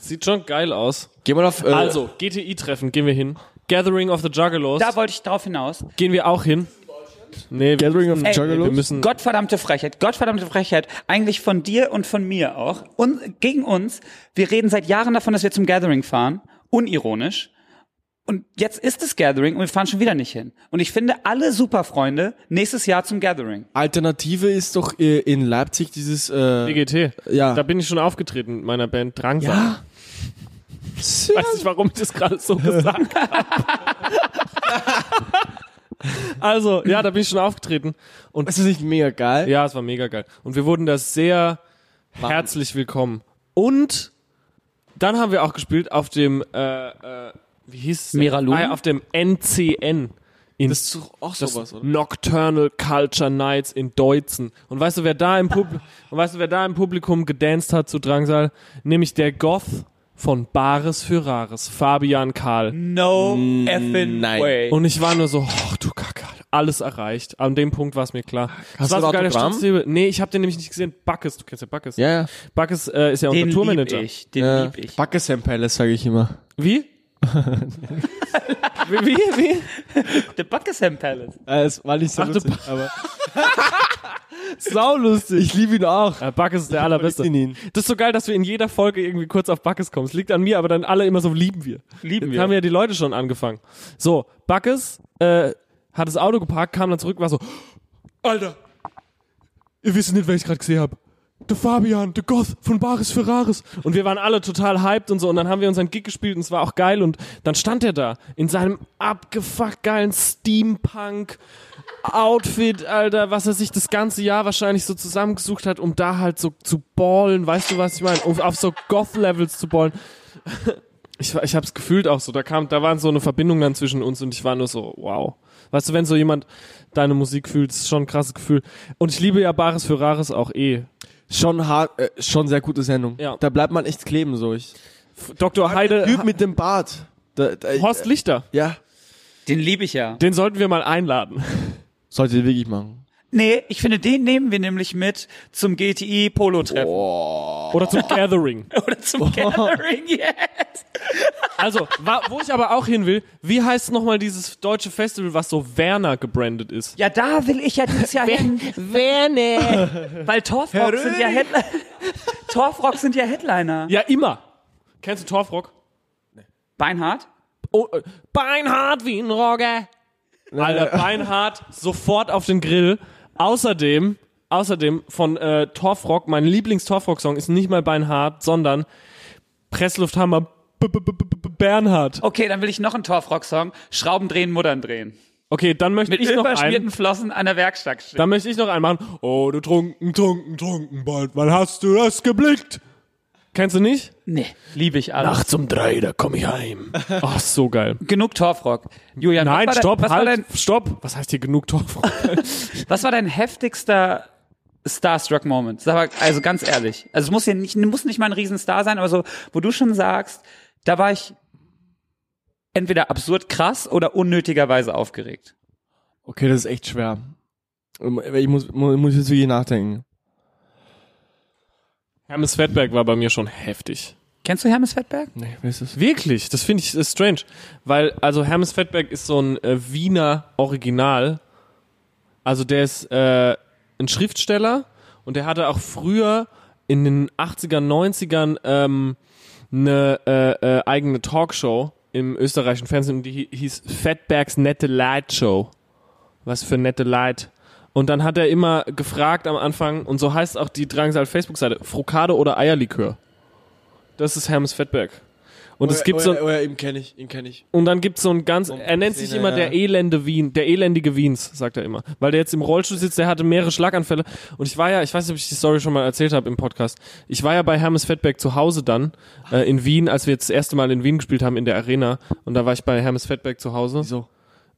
[SPEAKER 1] Sieht schon geil aus.
[SPEAKER 2] Geh mal auf. Äh,
[SPEAKER 1] Also, GTI-Treffen gehen wir hin. Gathering of the Juggalos.
[SPEAKER 3] Da wollte ich drauf hinaus.
[SPEAKER 1] gehen wir auch hin. Nee, wir,
[SPEAKER 2] Gathering of
[SPEAKER 3] Ey,
[SPEAKER 1] wir
[SPEAKER 2] Juggalos.
[SPEAKER 1] müssen.
[SPEAKER 3] Äh, Gottverdammte Frechheit, Gottverdammte Frechheit, eigentlich von dir und von mir auch. Und gegen uns, wir reden seit Jahren davon, dass wir zum Gathering fahren, unironisch. Und jetzt ist das Gathering und wir fahren schon wieder nicht hin. Und ich finde alle Superfreunde nächstes Jahr zum Gathering.
[SPEAKER 2] Alternative ist doch äh, in Leipzig dieses äh,
[SPEAKER 1] DGT.
[SPEAKER 2] Ja.
[SPEAKER 1] Da bin ich schon aufgetreten mit meiner Band Drangsal.
[SPEAKER 2] Ja.
[SPEAKER 1] Ich weiß nicht, warum ich das gerade so gesagt habe. also, ja, da bin ich schon aufgetreten. Und
[SPEAKER 2] Ist das nicht mega geil?
[SPEAKER 1] ja, es war mega geil. Und wir wurden da sehr herzlich willkommen. Und dann haben wir auch gespielt auf dem, äh, äh, wie hieß es? denn?
[SPEAKER 3] Miralu?
[SPEAKER 1] Ah, ja, auf dem NCN. In
[SPEAKER 2] Das ist doch auch sowas, oder?
[SPEAKER 1] Nocturnal Culture Nights in Deutzen. Und weißt du, wer da im
[SPEAKER 2] [laughs]
[SPEAKER 1] Publikum, und weißt du, wer da im Publikum gedanced hat zu Drangsal? Nämlich der Goth von Bares für Rares, Fabian Karl.
[SPEAKER 3] No effing
[SPEAKER 2] Mm, nein.
[SPEAKER 3] way.
[SPEAKER 1] Und ich war nur so, oh, du Kacke, alles erreicht. An dem Punkt war es mir klar.
[SPEAKER 2] Hast
[SPEAKER 1] das
[SPEAKER 2] du
[SPEAKER 1] war sogar
[SPEAKER 2] ein
[SPEAKER 1] der
[SPEAKER 2] Autogramm?
[SPEAKER 1] Stützhebel. Nee, ich habe den nämlich nicht gesehen. Buckes, du kennst ja Buckes.
[SPEAKER 2] Ja, ja.
[SPEAKER 1] Buckes äh, ist ja unser
[SPEAKER 3] den lieb
[SPEAKER 1] Tourmanager.
[SPEAKER 3] ich, den
[SPEAKER 2] Äh,
[SPEAKER 3] lieb [laughs] ich.
[SPEAKER 2] Buckesham Palace, sage ich immer.
[SPEAKER 1] Wie? wie? Wie? Wie?
[SPEAKER 3] The Buckingham Palace.
[SPEAKER 2] Äh, es war nicht so
[SPEAKER 1] Ach, du
[SPEAKER 2] lustig, aber. Sau lustig. [laughs] Ich liebe ihn auch.
[SPEAKER 1] Äh, Buckes ist der allerbeste.
[SPEAKER 2] verlieb in ihn.
[SPEAKER 1] Das ist so geil, dass wir in jeder Folge irgendwie kurz auf Buckes kommen. Es liegt an mir, aber dann alle immer so lieben wir.
[SPEAKER 3] Lieben
[SPEAKER 1] Jetzt
[SPEAKER 3] wir.
[SPEAKER 1] haben ja die Leute schon angefangen. So, Buckes äh, hat das Auto geparkt, kam dann zurück, war so, Alter, ihr wisst nicht, wer ich gerade gesehen hab. Der Fabian, der Goth von Bares Ferraris. Und wir waren alle total hyped und so. Und dann haben wir unseren Gig gespielt und es war auch geil. Und dann stand er da in seinem abgefuckt geilen Steampunk Outfit, Alter, was er sich das ganze Jahr wahrscheinlich so zusammengesucht hat, um da halt so zu ballen, weißt du, was ich meine? Um auf so Goth-Levels zu ballen. [laughs] Ich, war- ich hab's gefühlt auch so, da kam, da war so eine Verbindung dann zwischen uns und ich war nur so, wow. Weißt du, wenn so jemand deine Musik fühlt, ist schon ein krasses Gefühl. Und ich liebe ja Bares für Rares auch eh.
[SPEAKER 2] Schon hart, äh, schon sehr gute Sendung.
[SPEAKER 1] Ja.
[SPEAKER 2] Da bleibt man echt kleben, so ich.
[SPEAKER 1] F- Dr. Heide,
[SPEAKER 2] Typ mit dem Bart. Da, da, äh,
[SPEAKER 1] Ha- Horst Lichter,
[SPEAKER 2] Ja.
[SPEAKER 3] Den lieb ich ja.
[SPEAKER 1] den sollten wir mal einladen.
[SPEAKER 2] Solltet ihr wirklich machen.
[SPEAKER 3] Nee, ich finde, den nehmen wir nämlich mit zum GTI-Polo-Treffen.
[SPEAKER 2] Oh.
[SPEAKER 1] Oder zum Gathering.
[SPEAKER 3] Oder zum
[SPEAKER 2] [laughs]
[SPEAKER 3] Gathering, yes.
[SPEAKER 1] Also, wa- wo ich aber auch hin will, wie heißt nochmal dieses deutsche Festival, was so Werner gebrandet ist?
[SPEAKER 3] Ja, da will ich ja
[SPEAKER 1] [laughs]
[SPEAKER 3] dieses Jahr hin.
[SPEAKER 1] Werner!
[SPEAKER 3] Weil Torfrock sind ja Headliner. [laughs] Torfrock sind ja
[SPEAKER 1] [laughs]
[SPEAKER 3] Headliner.
[SPEAKER 1] Ja, immer. Kennst du Torfrock?
[SPEAKER 3] Beinhard?
[SPEAKER 1] Oh, äh, Beinhard wie ein Rogge. Alter, Beinhard sofort auf den Grill. Außerdem, außerdem von äh, Torfrock, mein Lieblings-Torfrock-Song ist nicht mal Beinhard, sondern Presslufthammer B -B -B -B -B Bernhard.
[SPEAKER 3] Okay, dann will ich noch einen Torfrock-Song. Schrauben drehen, Muttern drehen.
[SPEAKER 1] Okay, dann möchte
[SPEAKER 3] Mit
[SPEAKER 1] ich noch einen.
[SPEAKER 3] überschmierten Flossen an der Werkstatt stehen.
[SPEAKER 1] Dann möchte ich noch einen machen. Oh, du trunken, trunken, trunken, bald, wann hast du das geblickt? Kennst du nicht?
[SPEAKER 3] Nee, liebe ich alles.
[SPEAKER 1] Nachts um drei, da komm ich heim. Ach, so geil.
[SPEAKER 3] Genug Torfrock. Julian,
[SPEAKER 1] Nein,
[SPEAKER 3] Äh, was war
[SPEAKER 1] stopp,
[SPEAKER 3] dein, was, war
[SPEAKER 1] halt,
[SPEAKER 3] dein,
[SPEAKER 1] stopp. Was heißt hier genug Torfrock?
[SPEAKER 3] was war dein heftigster starstruck Moment. Aber, also ganz ehrlich. Also es muss ja nicht, muss nicht mal ein Riesenstar sein, aber so, wo du schon sagst, da war ich entweder absurd krass oder unnötigerweise aufgeregt.
[SPEAKER 2] Okay, das ist echt schwer. Ähm, äh, Ich muss, mu- muss jetzt wirklich nachdenken.
[SPEAKER 1] [laughs] Hermes Fettberg war bei mir schon heftig.
[SPEAKER 3] Kennst du Hermes Fettberg?
[SPEAKER 2] Nee, wer ist das?
[SPEAKER 1] Wirklich, das finde ich äh, strange. Weil, also Hermes Fettberg ist so ein äh, Wiener Original. Also der ist äh, ein Schriftsteller und der hatte auch früher in den 80ern, 90ern ähm, eine äh, äh, eigene Talkshow im österreichischen Fernsehen und die hi- hieß Fettbergs Nette Light Show. Was für nette Leid. Und dann hat er immer gefragt am Anfang, und so heißt auch die Drangsal Facebook-Seite, Frokade oder Eierlikör. Das ist Hermes Fettberg. Und es gibt so ein,
[SPEAKER 2] Oh ja, eben kenne ich, ihn kenne ich.
[SPEAKER 1] und dann gibt's so ein ganz, er nennt sich
[SPEAKER 2] Szene,
[SPEAKER 1] immer
[SPEAKER 2] ja.
[SPEAKER 1] der elende Wien, der elendige Wiens, sagt er immer. Weil der jetzt im Rollstuhl sitzt, der hatte mehrere Schlaganfälle. Und ich war ja, ich weiß nicht, ob ich die Story schon mal erzählt habe im Podcast. Ich war ja bei Hermes Fettberg zu Hause dann, äh, in Wien, als wir jetzt das erste Mal in Wien gespielt haben, in der Arena. Und da war ich bei Hermes Fettberg zu Hause.
[SPEAKER 2] Wieso?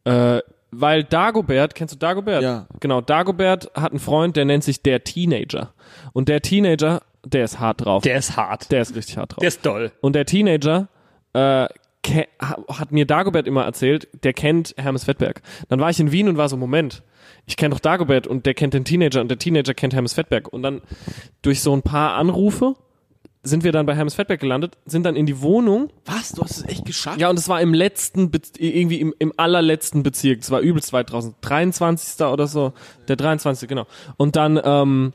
[SPEAKER 1] Äh, weil Dagobert, kennst du Dagobert?
[SPEAKER 2] Ja.
[SPEAKER 1] Genau, Dagobert hat einen Freund, der nennt sich der Teenager. Und der Teenager, der ist hart drauf.
[SPEAKER 3] Der ist hart.
[SPEAKER 1] der ist richtig hart drauf.
[SPEAKER 3] Der ist doll.
[SPEAKER 1] Und der Teenager äh, ke- ha- hat mir Dagobert immer erzählt, der kennt Hermes Fettberg. Dann war ich in Wien und war so, Moment, ich kenne doch Dagobert und der kennt den Teenager und der Teenager kennt Hermes Fettberg. Und dann durch so ein paar Anrufe sind wir dann bei Hermes Fettberg gelandet, sind dann in die Wohnung.
[SPEAKER 2] Was? Du hast es echt geschafft?
[SPEAKER 1] Ja, und es war im letzten, Bez irgendwie im, im allerletzten Bezirk. Es war übelst weit draußen. 23. oder so. Der 23. genau. Und dann, ähm,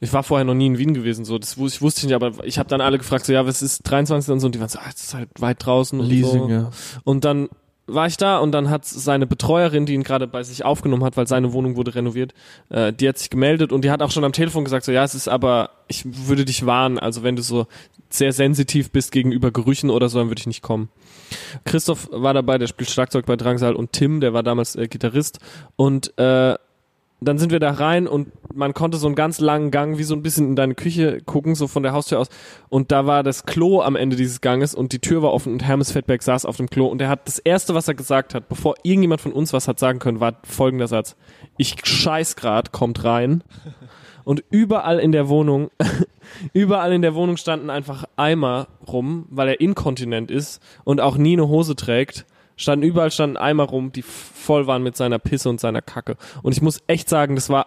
[SPEAKER 1] ich war vorher noch nie in Wien gewesen, so das wus ich wusste ich nicht, aber ich habe dann alle gefragt, so ja, was ist 23 und so, und die waren so, ah, das ist halt weit draußen und so.
[SPEAKER 2] Leasing, ja.
[SPEAKER 1] Und dann war ich da und dann hat seine Betreuerin, die ihn gerade bei sich aufgenommen hat, weil seine Wohnung wurde renoviert, äh, die hat sich gemeldet und die hat auch schon am Telefon gesagt, so ja, es ist aber, ich würde dich warnen, also wenn du so sehr sensitiv bist gegenüber Gerüchen oder so, dann würde ich nicht kommen. Christoph war dabei, der spielt Schlagzeug bei Drangsal und Tim, der war damals äh, Gitarrist und äh, dann sind wir da rein und man konnte so einen ganz langen Gang wie so ein bisschen in deine Küche gucken, so von der Haustür aus. Und da war das Klo am Ende dieses Ganges und die Tür war offen und Hermes Fettberg saß auf dem Klo und er hat das erste, was er gesagt hat, bevor irgendjemand von uns was hat sagen können, war folgender Satz. Ich scheiß grad, kommt rein. Und überall in der Wohnung, überall in der Wohnung standen einfach Eimer rum, weil er inkontinent ist und auch nie eine Hose trägt. Standen überall standen Eimer rum, die voll waren mit seiner Pisse und seiner Kacke. Und ich muss echt sagen, das war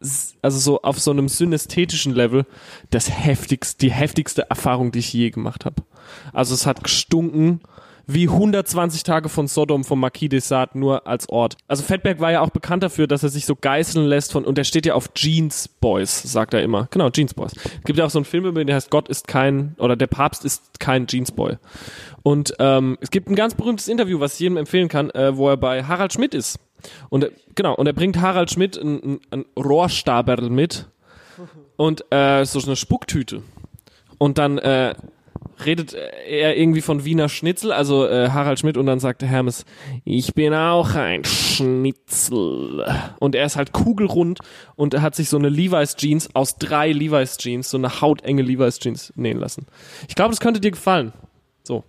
[SPEAKER 1] s- also so auf so einem synästhetischen Level das heftigste, die heftigste Erfahrung, die ich je gemacht habe. Also es hat gestunken wie 120 Tage von Sodom von Marquis de Sade nur als Ort. Also Fettberg war ja auch bekannt dafür, dass er sich so geißeln lässt von und der steht ja auf Jeans Boys, sagt er immer. Genau, Jeans Boys. Gibt ja auch so einen Film über ihn, der heißt Gott ist kein oder der Papst ist kein Jeans Boy. Und ähm, es gibt ein ganz berühmtes Interview, was ich jedem empfehlen kann, äh, wo er bei Harald Schmidt ist. Und er, genau, und er bringt Harald Schmidt ein, ein Rohrstaberl mit und äh, so eine Spucktüte. Und dann äh, redet er irgendwie von Wiener Schnitzel, also äh, Harald Schmidt, und dann sagt der Hermes, ich bin auch ein Schnitzel. Und er ist halt kugelrund und er hat sich so eine Levi's Jeans aus drei Levi's Jeans, so eine hautenge Levi's Jeans nähen lassen. Ich glaube, das könnte dir gefallen.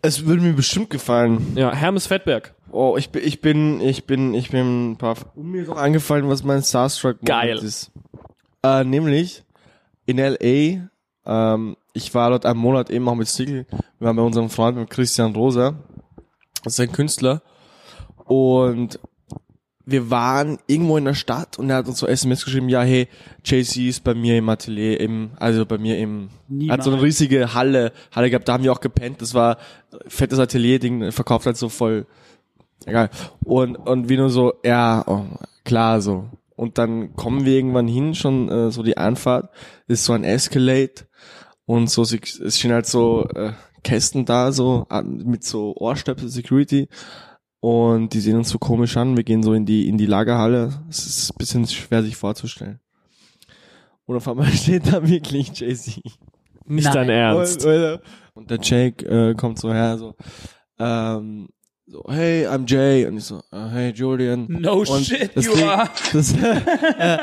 [SPEAKER 2] Es würde mir bestimmt gefallen.
[SPEAKER 1] Ja, Hermes Fettberg.
[SPEAKER 2] Oh, ich bin, ich bin, ich bin, ich bin ein paar. Und mir ist auch angefallen, was mein Starstruck
[SPEAKER 1] Geil.
[SPEAKER 2] ist. Äh, nämlich in L.A. Ähm, ich war dort einen Monat eben auch mit Sigel. Wir waren bei unserem Freund mit Christian Rosa. Das ist ein Künstler. Und wir waren irgendwo in der Stadt und er hat uns so SMS geschrieben, ja, hey, JC ist bei mir im Atelier, im, also bei mir im,
[SPEAKER 3] Niemals.
[SPEAKER 2] hat so eine riesige Halle, Halle gehabt, da haben wir auch gepennt, das war fettes Atelier-Ding, verkauft halt so voll, egal. Und, und wir nur so, ja, oh, klar, so. Und dann kommen wir irgendwann hin, schon äh, so die Anfahrt, ist so ein Escalade und so, sie- es stehen halt so äh, Kästen da, so äh, mit so Ohrstöpsel, Security und die sehen uns so komisch an. Wir gehen so in die, in die Lagerhalle. Es ist ein bisschen schwer sich vorzustellen. Und auf einmal [laughs] steht da wirklich Jay-Z.
[SPEAKER 1] Nicht
[SPEAKER 3] Nein.
[SPEAKER 1] dein Ernst.
[SPEAKER 2] Und, Alter. Und der Jake äh, kommt so her, so, ähm, so, hey, I'm Jay. Und ich so, äh, hey, Julian.
[SPEAKER 3] No
[SPEAKER 2] Und
[SPEAKER 3] shit,
[SPEAKER 2] das
[SPEAKER 3] you
[SPEAKER 2] Ding,
[SPEAKER 3] are.
[SPEAKER 2] Das, [laughs] äh,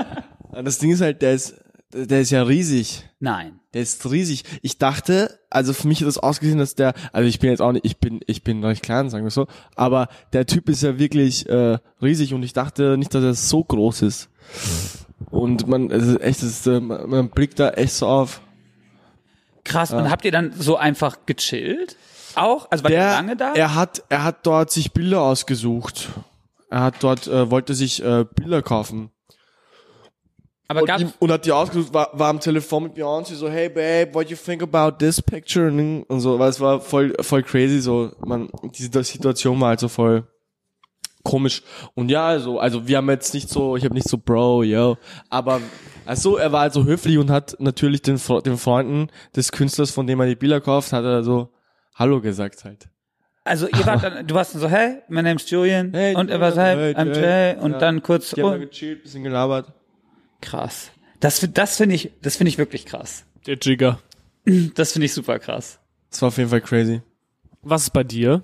[SPEAKER 2] und das Ding ist halt, der ist, der ist ja riesig.
[SPEAKER 3] Nein.
[SPEAKER 2] Der ist riesig. Ich dachte, also für mich hat das ausgesehen, dass der, also ich bin jetzt auch nicht, ich bin, ich bin recht klein, sagen wir so, aber der Typ ist ja wirklich äh, riesig und ich dachte nicht, dass er so groß ist. Und man, es ist echt, es ist, äh, man man blickt da echt so auf.
[SPEAKER 3] Krass, und habt ihr dann so einfach gechillt? Auch? Also war der,
[SPEAKER 2] Der,
[SPEAKER 3] lange da?
[SPEAKER 2] Er hat, er hat dort sich Bilder ausgesucht. Er hat dort, äh, wollte sich äh, Bilder kaufen.
[SPEAKER 3] Aber
[SPEAKER 2] Und,
[SPEAKER 3] gab,
[SPEAKER 2] ihm, und hat die ausgesucht, war, war am Telefon mit Beyoncé so, hey babe, what you think about this picture? Und so, weil es war voll, voll crazy, so, man, die Situ- Situation war halt so voll komisch. Und ja, also, also wir haben jetzt nicht so, ich habe nicht so, Bro, yo, aber, also er war halt so höflich und hat natürlich den, Fre- den Freunden des Künstlers, von dem er die Bilder kauft, hat er so, hallo gesagt halt.
[SPEAKER 3] also ihr wart dann, du warst dann so, hey, my name's Julian,
[SPEAKER 2] Hey,
[SPEAKER 3] und er
[SPEAKER 2] Julian,
[SPEAKER 3] war so, hey,
[SPEAKER 2] hey,
[SPEAKER 3] I'm
[SPEAKER 2] Jay.
[SPEAKER 3] Jay, und
[SPEAKER 2] Ja.
[SPEAKER 3] dann kurz,
[SPEAKER 2] Die haben
[SPEAKER 3] oh,
[SPEAKER 2] da gechillt, bisschen gelabert.
[SPEAKER 3] krass. Das, fi- das finde ich, das finde ich wirklich krass.
[SPEAKER 1] Der Jigger.
[SPEAKER 3] Das finde ich super krass.
[SPEAKER 2] Das war auf jeden Fall crazy.
[SPEAKER 1] Was ist bei dir?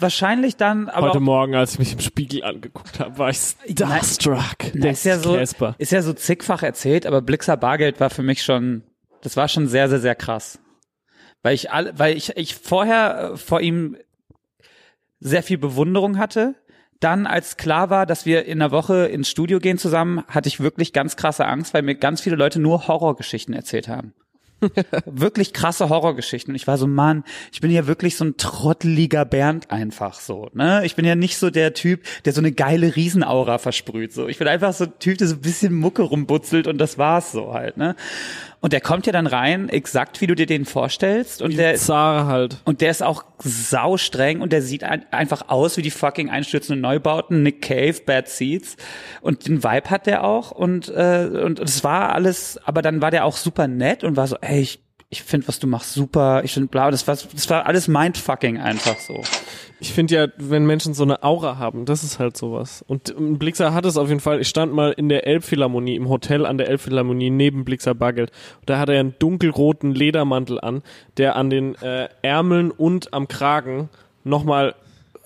[SPEAKER 3] Wahrscheinlich dann, aber
[SPEAKER 1] Heute
[SPEAKER 3] auch,
[SPEAKER 1] Morgen, als ich mich im Spiegel angeguckt habe, war ich starstruck.
[SPEAKER 3] na, ist ja so,
[SPEAKER 1] Casper.
[SPEAKER 3] ist ja so zigfach erzählt, aber Blixer Bargeld war für mich schon, das war schon sehr, sehr, sehr krass. Weil ich alle, weil ich, ich vorher äh, vor ihm sehr viel Bewunderung hatte. Dann, als klar war, dass wir in der Woche ins Studio gehen zusammen, hatte ich wirklich ganz krasse Angst, weil mir ganz viele Leute nur Horrorgeschichten erzählt haben. wirklich krasse Horrorgeschichten. Und ich war so, Mann, ich bin ja wirklich so ein trotteliger Bernd einfach so. Ne? Ich bin ja nicht so der Typ, der so eine geile Riesenaura versprüht. So. Ich bin einfach so ein Typ, der so ein bisschen Mucke rumbutzelt und das war's so halt. Ne? Und der kommt ja dann rein, exakt wie du dir den vorstellst. Und der ist
[SPEAKER 1] Zara halt.
[SPEAKER 3] und der ist auch sau streng und der sieht ein, einfach aus wie die fucking einstürzenden Neubauten, Nick Cave, Bad Seeds. Und den Vibe hat der auch und äh, und es war alles, aber dann war der auch super nett und war so, ey, ich, ich finde, was du machst, super, ich finde bla, das war, das war alles mindfucking einfach so.
[SPEAKER 1] Ich finde ja, wenn Menschen so eine Aura haben, das ist halt sowas. Und ähm, Blixer hat es auf jeden Fall. Ich stand mal in der Elbphilharmonie, im Hotel an der Elbphilharmonie neben Blixer Bargeld. Und da hat er einen dunkelroten Ledermantel an, der an den äh, Ärmeln und am Kragen nochmal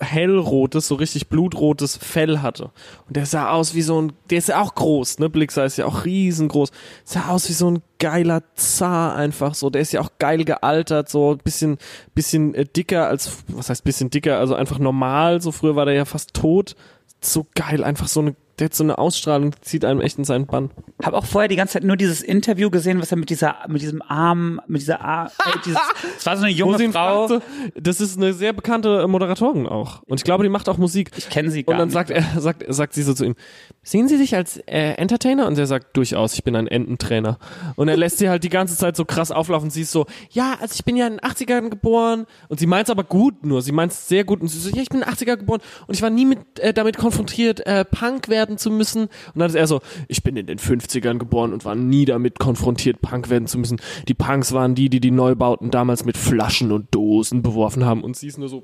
[SPEAKER 1] hellrotes, so richtig blutrotes Fell hatte. Und der sah aus wie so ein, der ist ja auch groß, ne? Blixer ist ja auch riesengroß. Sah aus wie so ein geiler Zar einfach so. Der ist ja auch geil gealtert, so ein bisschen, bisschen äh, dicker als, was heißt bisschen dicker, also einfach normal. So früher war der ja fast tot. So geil, einfach so eine, der hat so eine Ausstrahlung, die zieht einem echt in seinen Bann.
[SPEAKER 3] Habe auch vorher die ganze Zeit nur dieses Interview gesehen, was er mit dieser, mit diesem Arm, mit dieser Arm, äh,
[SPEAKER 1] [laughs]
[SPEAKER 3] dieses, es war so eine junge
[SPEAKER 1] Rosin
[SPEAKER 3] Frau.
[SPEAKER 1] fragte, das ist eine sehr bekannte äh, Moderatorin auch. Und ich glaube, die macht auch Musik.
[SPEAKER 3] Ich kenne sie gar
[SPEAKER 1] Und dann
[SPEAKER 3] nicht.
[SPEAKER 1] sagt er, [laughs] sagt, sagt sie so zu ihm, sehen Sie sich als äh, Entertainer? Und er sagt, durchaus, ich bin ein Ententrainer. Und er lässt sie halt die ganze Zeit so krass auflaufen. Sie ist so, ja, also ich bin ja in den 80ern geboren. Und sie meint's aber gut nur, sie meint's sehr gut. Und sie so, ja, ich bin in den 80er geboren und ich war nie mit, äh, damit konfrontiert, äh, Punk werden zu müssen. Und dann ist er so, ich bin in den 50ern geboren und war nie damit konfrontiert, Punk werden zu müssen. Die Punks waren die, die die Neubauten damals mit Flaschen und Dosen beworfen haben. Und sie ist nur so,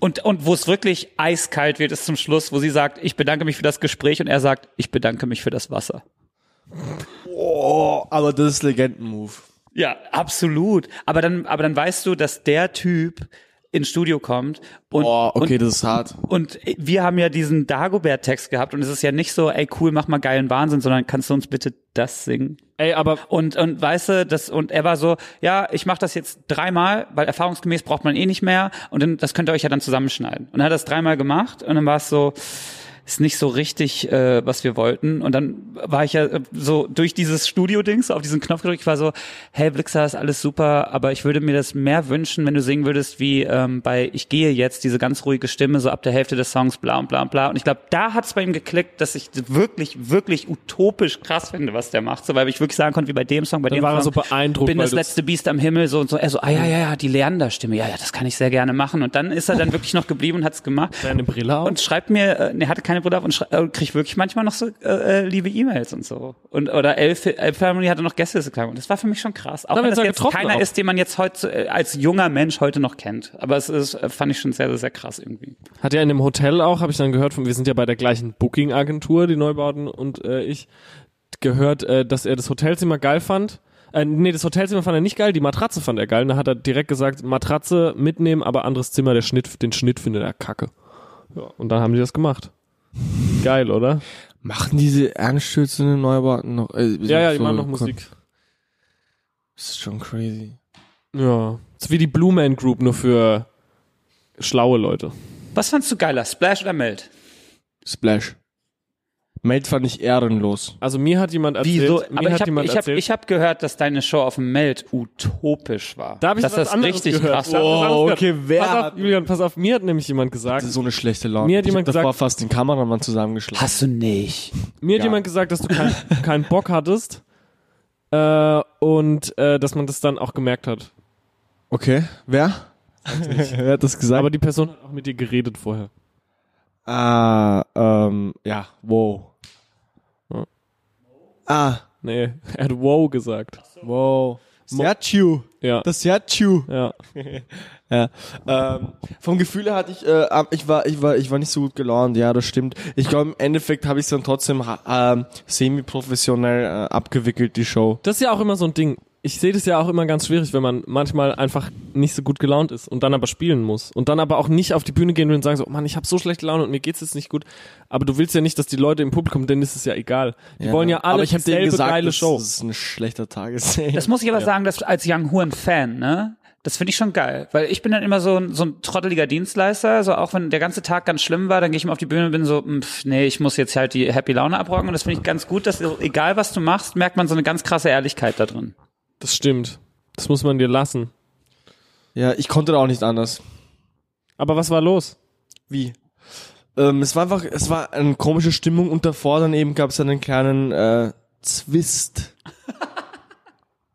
[SPEAKER 3] Und, und wo es wirklich eiskalt wird, ist zum Schluss, wo sie sagt, ich bedanke mich für das Gespräch und er sagt, ich bedanke mich für das Wasser.
[SPEAKER 2] Oh, aber das ist Legenden-Move.
[SPEAKER 3] Ja, absolut. Aber dann, aber dann weißt du, dass der Typ ins Studio kommt und,
[SPEAKER 2] Oh, okay, das ist hart.
[SPEAKER 3] und wir haben ja diesen Dagobert-Text gehabt und es ist ja nicht so, ey cool, mach mal geilen Wahnsinn, sondern kannst du uns bitte das singen?
[SPEAKER 1] ey, aber
[SPEAKER 3] Und, und weißt du, das, und er war so, ja, ich mache das jetzt dreimal, weil erfahrungsgemäß braucht man eh nicht mehr und dann, das könnt ihr euch ja dann zusammenschneiden. Und er hat das dreimal gemacht und dann war es so, ist nicht so richtig, äh, was wir wollten. Und dann war ich ja äh, so durch dieses Studio-Ding, so auf diesen Knopf gedrückt, ich war so, hey Blixer, ist alles super, aber ich würde mir das mehr wünschen, wenn du singen würdest wie ähm, bei Ich gehe jetzt, diese ganz ruhige Stimme, so ab der Hälfte des Songs, bla und bla und bla. Und ich glaube, da hat es bei ihm geklickt, dass ich wirklich, wirklich utopisch krass finde, was der macht. So, weil ich wirklich sagen konnte, wie bei dem Song, bei
[SPEAKER 1] Dann
[SPEAKER 3] dem
[SPEAKER 1] war er
[SPEAKER 3] Song,
[SPEAKER 1] so beeindruckt,
[SPEAKER 3] bin
[SPEAKER 1] weil Mhm.
[SPEAKER 3] das
[SPEAKER 1] du's-
[SPEAKER 3] letzte Biest am Himmel, so und so. Er so, ah ja, ja, ja, die Leander-Stimme, ja, ja, das kann ich sehr gerne machen. Und dann ist er dann wirklich noch geblieben und hat's gemacht
[SPEAKER 1] seine Brille auf.
[SPEAKER 3] und schreibt mir, äh, ne, hatte keine Brille auf und schrei- äh, kriegt wirklich manchmal noch so äh, äh, liebe E-Mails und so. Und oder Elf Elf Family hatte noch Gäste geklagen und das war für mich schon krass. Auch
[SPEAKER 1] Da haben wir
[SPEAKER 3] wenn
[SPEAKER 1] uns
[SPEAKER 3] das
[SPEAKER 1] ja
[SPEAKER 3] jetzt
[SPEAKER 1] halt getroffen
[SPEAKER 3] keiner
[SPEAKER 1] auch.
[SPEAKER 3] ist, den man jetzt heute äh, als junger Mensch heute noch kennt, aber es ist äh, fand ich schon sehr sehr sehr krass irgendwie.
[SPEAKER 1] Hat ja in dem Hotel auch, habe ich dann gehört, von, wir sind ja bei der gleichen Booking-Agentur, die Neubauten und äh, ich, gehört, äh, dass er das Hotelzimmer geil fand. Äh, nee, das Hotelzimmer fand er nicht geil, die Matratze fand er geil. Und da hat er direkt gesagt, Matratze mitnehmen, aber anderes Zimmer, der Schnitt, den Schnitt findet er kacke. Ja, und dann haben die das gemacht. Geil, oder?
[SPEAKER 2] Machen diese anstürzenden Neubauten noch? Äh,
[SPEAKER 1] Ja, ja, die
[SPEAKER 2] so-
[SPEAKER 1] machen noch Musik.
[SPEAKER 2] Das ist schon crazy.
[SPEAKER 1] Ja. Ist wie die Blue Man Group, nur für schlaue Leute.
[SPEAKER 3] Was fandst du geiler, Splash oder Melt?
[SPEAKER 2] Splash. Meld fand ich ehrenlos.
[SPEAKER 1] Also mir hat jemand erzählt,
[SPEAKER 3] Wieso?
[SPEAKER 1] mir
[SPEAKER 3] Aber
[SPEAKER 1] hat
[SPEAKER 3] ich habe
[SPEAKER 1] jemand
[SPEAKER 3] ich hab,
[SPEAKER 1] erzählt,
[SPEAKER 3] ich hab gehört, dass deine Show auf dem Meld utopisch war.
[SPEAKER 1] da habe ich
[SPEAKER 3] dass
[SPEAKER 1] was
[SPEAKER 3] das
[SPEAKER 1] anderes
[SPEAKER 3] richtig
[SPEAKER 1] gehört.
[SPEAKER 3] krass
[SPEAKER 1] Da hab ich was
[SPEAKER 2] war.
[SPEAKER 3] war.
[SPEAKER 1] anderes
[SPEAKER 2] Wow,
[SPEAKER 1] gehört.
[SPEAKER 2] Oh, okay, wer
[SPEAKER 1] Pass auf,
[SPEAKER 2] hat-
[SPEAKER 1] Julian, pass auf, mir hat nämlich jemand
[SPEAKER 2] Das
[SPEAKER 1] gesagt,
[SPEAKER 2] ist so eine schlechte Laune.
[SPEAKER 1] Mir hat
[SPEAKER 2] Ich hab
[SPEAKER 1] jemand
[SPEAKER 2] davor
[SPEAKER 1] gesagt-
[SPEAKER 2] fast den Kameramann zusammengeschlagen.
[SPEAKER 3] Hast du nicht.
[SPEAKER 1] mir
[SPEAKER 2] Ja.
[SPEAKER 1] hat jemand gesagt, dass du keinen [laughs] keinen Bock hattest äh, und äh, dass man das dann auch gemerkt hat.
[SPEAKER 2] Okay, wer? wer hat das gesagt?
[SPEAKER 1] Aber die Person hat auch mit dir geredet vorher.
[SPEAKER 2] ah, ähm, ja, wow.
[SPEAKER 1] Ja.
[SPEAKER 2] Ah,
[SPEAKER 1] Nee, [laughs] er hat wow gesagt.
[SPEAKER 2] wow. Sergio.
[SPEAKER 1] Ja.
[SPEAKER 2] Das Sergio.
[SPEAKER 1] ja.
[SPEAKER 2] Ja. Ähm, vom Gefühl her hatte ich, äh, ab- ich war, ich war, ich war nicht so gut gelaunt. Ja, das stimmt. Ich glaube, im Endeffekt habe ich es dann trotzdem ha- ähm, semi-professionell äh, abgewickelt die Show.
[SPEAKER 1] Das ist ja auch immer so ein Ding. Ich sehe das ja auch immer ganz schwierig, wenn man manchmal einfach nicht so gut gelaunt ist und dann aber spielen muss und dann aber auch nicht auf die Bühne gehen will und sagen so, Mann, ich habe so schlechte Laune und mir geht's jetzt nicht gut. Aber du willst ja nicht, dass die Leute im Publikum, denen ist es ja egal. Die wollen ja alle
[SPEAKER 2] aber ich hab denen
[SPEAKER 1] dieselbe
[SPEAKER 2] gesagt,
[SPEAKER 1] geile
[SPEAKER 2] das,
[SPEAKER 1] Show.
[SPEAKER 2] das ist ein schlechter Tages.
[SPEAKER 3] Das muss ich aber sagen, dass als Young Huren Fan, ne? Das finde ich schon geil, weil ich bin dann immer so ein, so ein trotteliger Dienstleister, also auch wenn der ganze Tag ganz schlimm war, dann gehe ich immer auf die Bühne und bin so, "Mm, pf, nee, ich muss jetzt halt die Happy Laune abrocken und das finde ich ganz gut, dass so, egal was du machst, merkt man so eine ganz krasse Ehrlichkeit da drin.
[SPEAKER 1] Das stimmt. Das muss man dir lassen.
[SPEAKER 2] ja, ich konnte da auch nicht anders.
[SPEAKER 1] Aber was war los?
[SPEAKER 2] Wie? Ähm, es war einfach, es war eine komische Stimmung und davor dann eben gab es einen kleinen äh, Zwist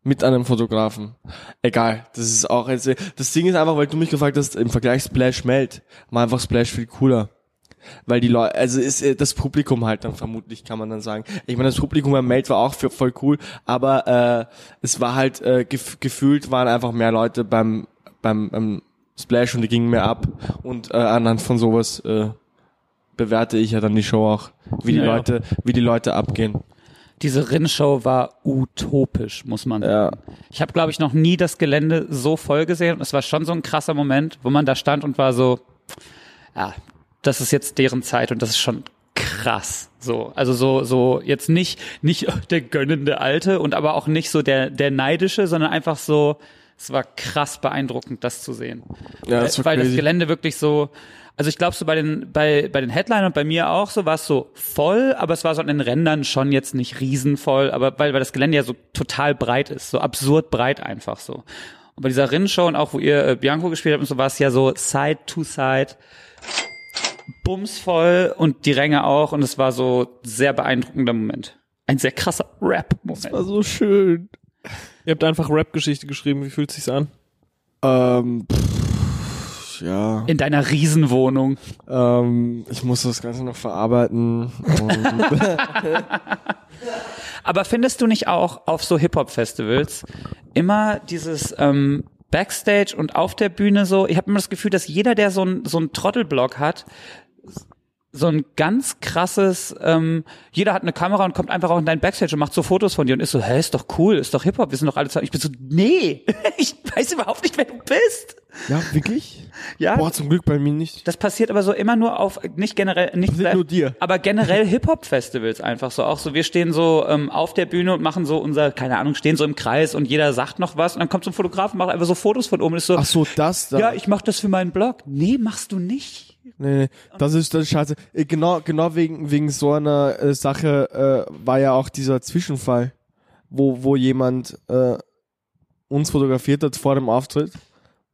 [SPEAKER 2] mit einem Fotografen. Egal, das ist auch jetzt. Das Ding ist einfach, weil du mich gefragt hast, im Vergleich Splash Melt, war einfach Splash viel cooler. Weil die Leute, also ist äh, das Publikum halt dann vermutlich, kann man dann sagen. Ich meine, das Publikum beim Meld war auch für, voll cool, aber äh, es war halt äh, gef gefühlt waren einfach mehr Leute beim beim, beim Splash und die gingen mehr ab. Und äh, anhand von sowas äh, bewerte ich ja dann die Show auch, wie die
[SPEAKER 3] Ja, ja.
[SPEAKER 2] Leute, wie die Leute abgehen.
[SPEAKER 3] Diese Rinnshow war utopisch, muss man sagen. Ich habe, glaube ich, noch nie das Gelände so voll gesehen. Und Es war schon so ein krasser Moment, wo man da stand und war so, ja, das ist jetzt deren Zeit und das ist schon krass. So, also so, so jetzt nicht, nicht [laughs] der gönnende Alte und aber auch nicht so der, der neidische, sondern einfach so, es war krass beeindruckend, das zu sehen. Äh,
[SPEAKER 2] Ja, das war
[SPEAKER 3] Weil das
[SPEAKER 2] crazy.
[SPEAKER 3] Gelände wirklich so, also ich glaube so bei den, bei, bei den Headlinern und bei mir auch so, war es so voll, aber es war so an den Rändern schon jetzt nicht riesenvoll, aber weil, weil das Gelände ja so total breit ist, so absurd breit einfach so. Und bei dieser Rinnshow und auch wo ihr äh, Bianco gespielt habt und so, war es ja so Side to Side bumsvoll und die Ränge auch und es war so sehr beeindruckender Moment. Ein sehr krasser Rap-Moment.
[SPEAKER 2] so schön.
[SPEAKER 1] Ihr habt einfach Rap-Geschichte geschrieben. Wie fühlt sich's an?
[SPEAKER 2] Ähm, pff, ja.
[SPEAKER 3] In deiner Riesenwohnung.
[SPEAKER 2] Ähm, ich muss das Ganze noch verarbeiten. Und
[SPEAKER 3] Aber findest du nicht auch auf so Hip-Hop-Festivals immer dieses ähm, Backstage und auf der Bühne so? Ich habe immer das Gefühl, dass jeder, der so ein so ein Trottelblock hat, so ein ganz krasses, ähm, jeder hat eine Kamera und kommt einfach auch in dein Backstage und macht so Fotos von dir und ist so, hä, ist doch cool, ist doch Hip-Hop, wir sind doch alle zusammen. Ich bin so, nee, [laughs] ich weiß überhaupt nicht, wer du bist.
[SPEAKER 2] ja, wirklich?
[SPEAKER 3] Ja,
[SPEAKER 2] Boah, zum Glück bei mir nicht.
[SPEAKER 3] Das passiert aber so immer nur auf, nicht generell, nicht
[SPEAKER 2] Passiert nur dir.
[SPEAKER 3] aber generell Hip-Hop-Festivals einfach so. Auch so, wir stehen so ähm, auf der Bühne und machen so unser, keine Ahnung, stehen so im Kreis und jeder sagt noch was und dann kommt so ein Fotograf und macht einfach so Fotos von oben und ist so,
[SPEAKER 2] Ach so, das da.
[SPEAKER 3] ja, ich mach das für meinen Blog. Nee, machst du nicht.
[SPEAKER 2] Nee, nee, das ist das ist scheiße. Äh, Genau, genau wegen, wegen so einer äh, Sache äh, war ja auch dieser Zwischenfall, wo, wo jemand äh, uns fotografiert hat vor dem Auftritt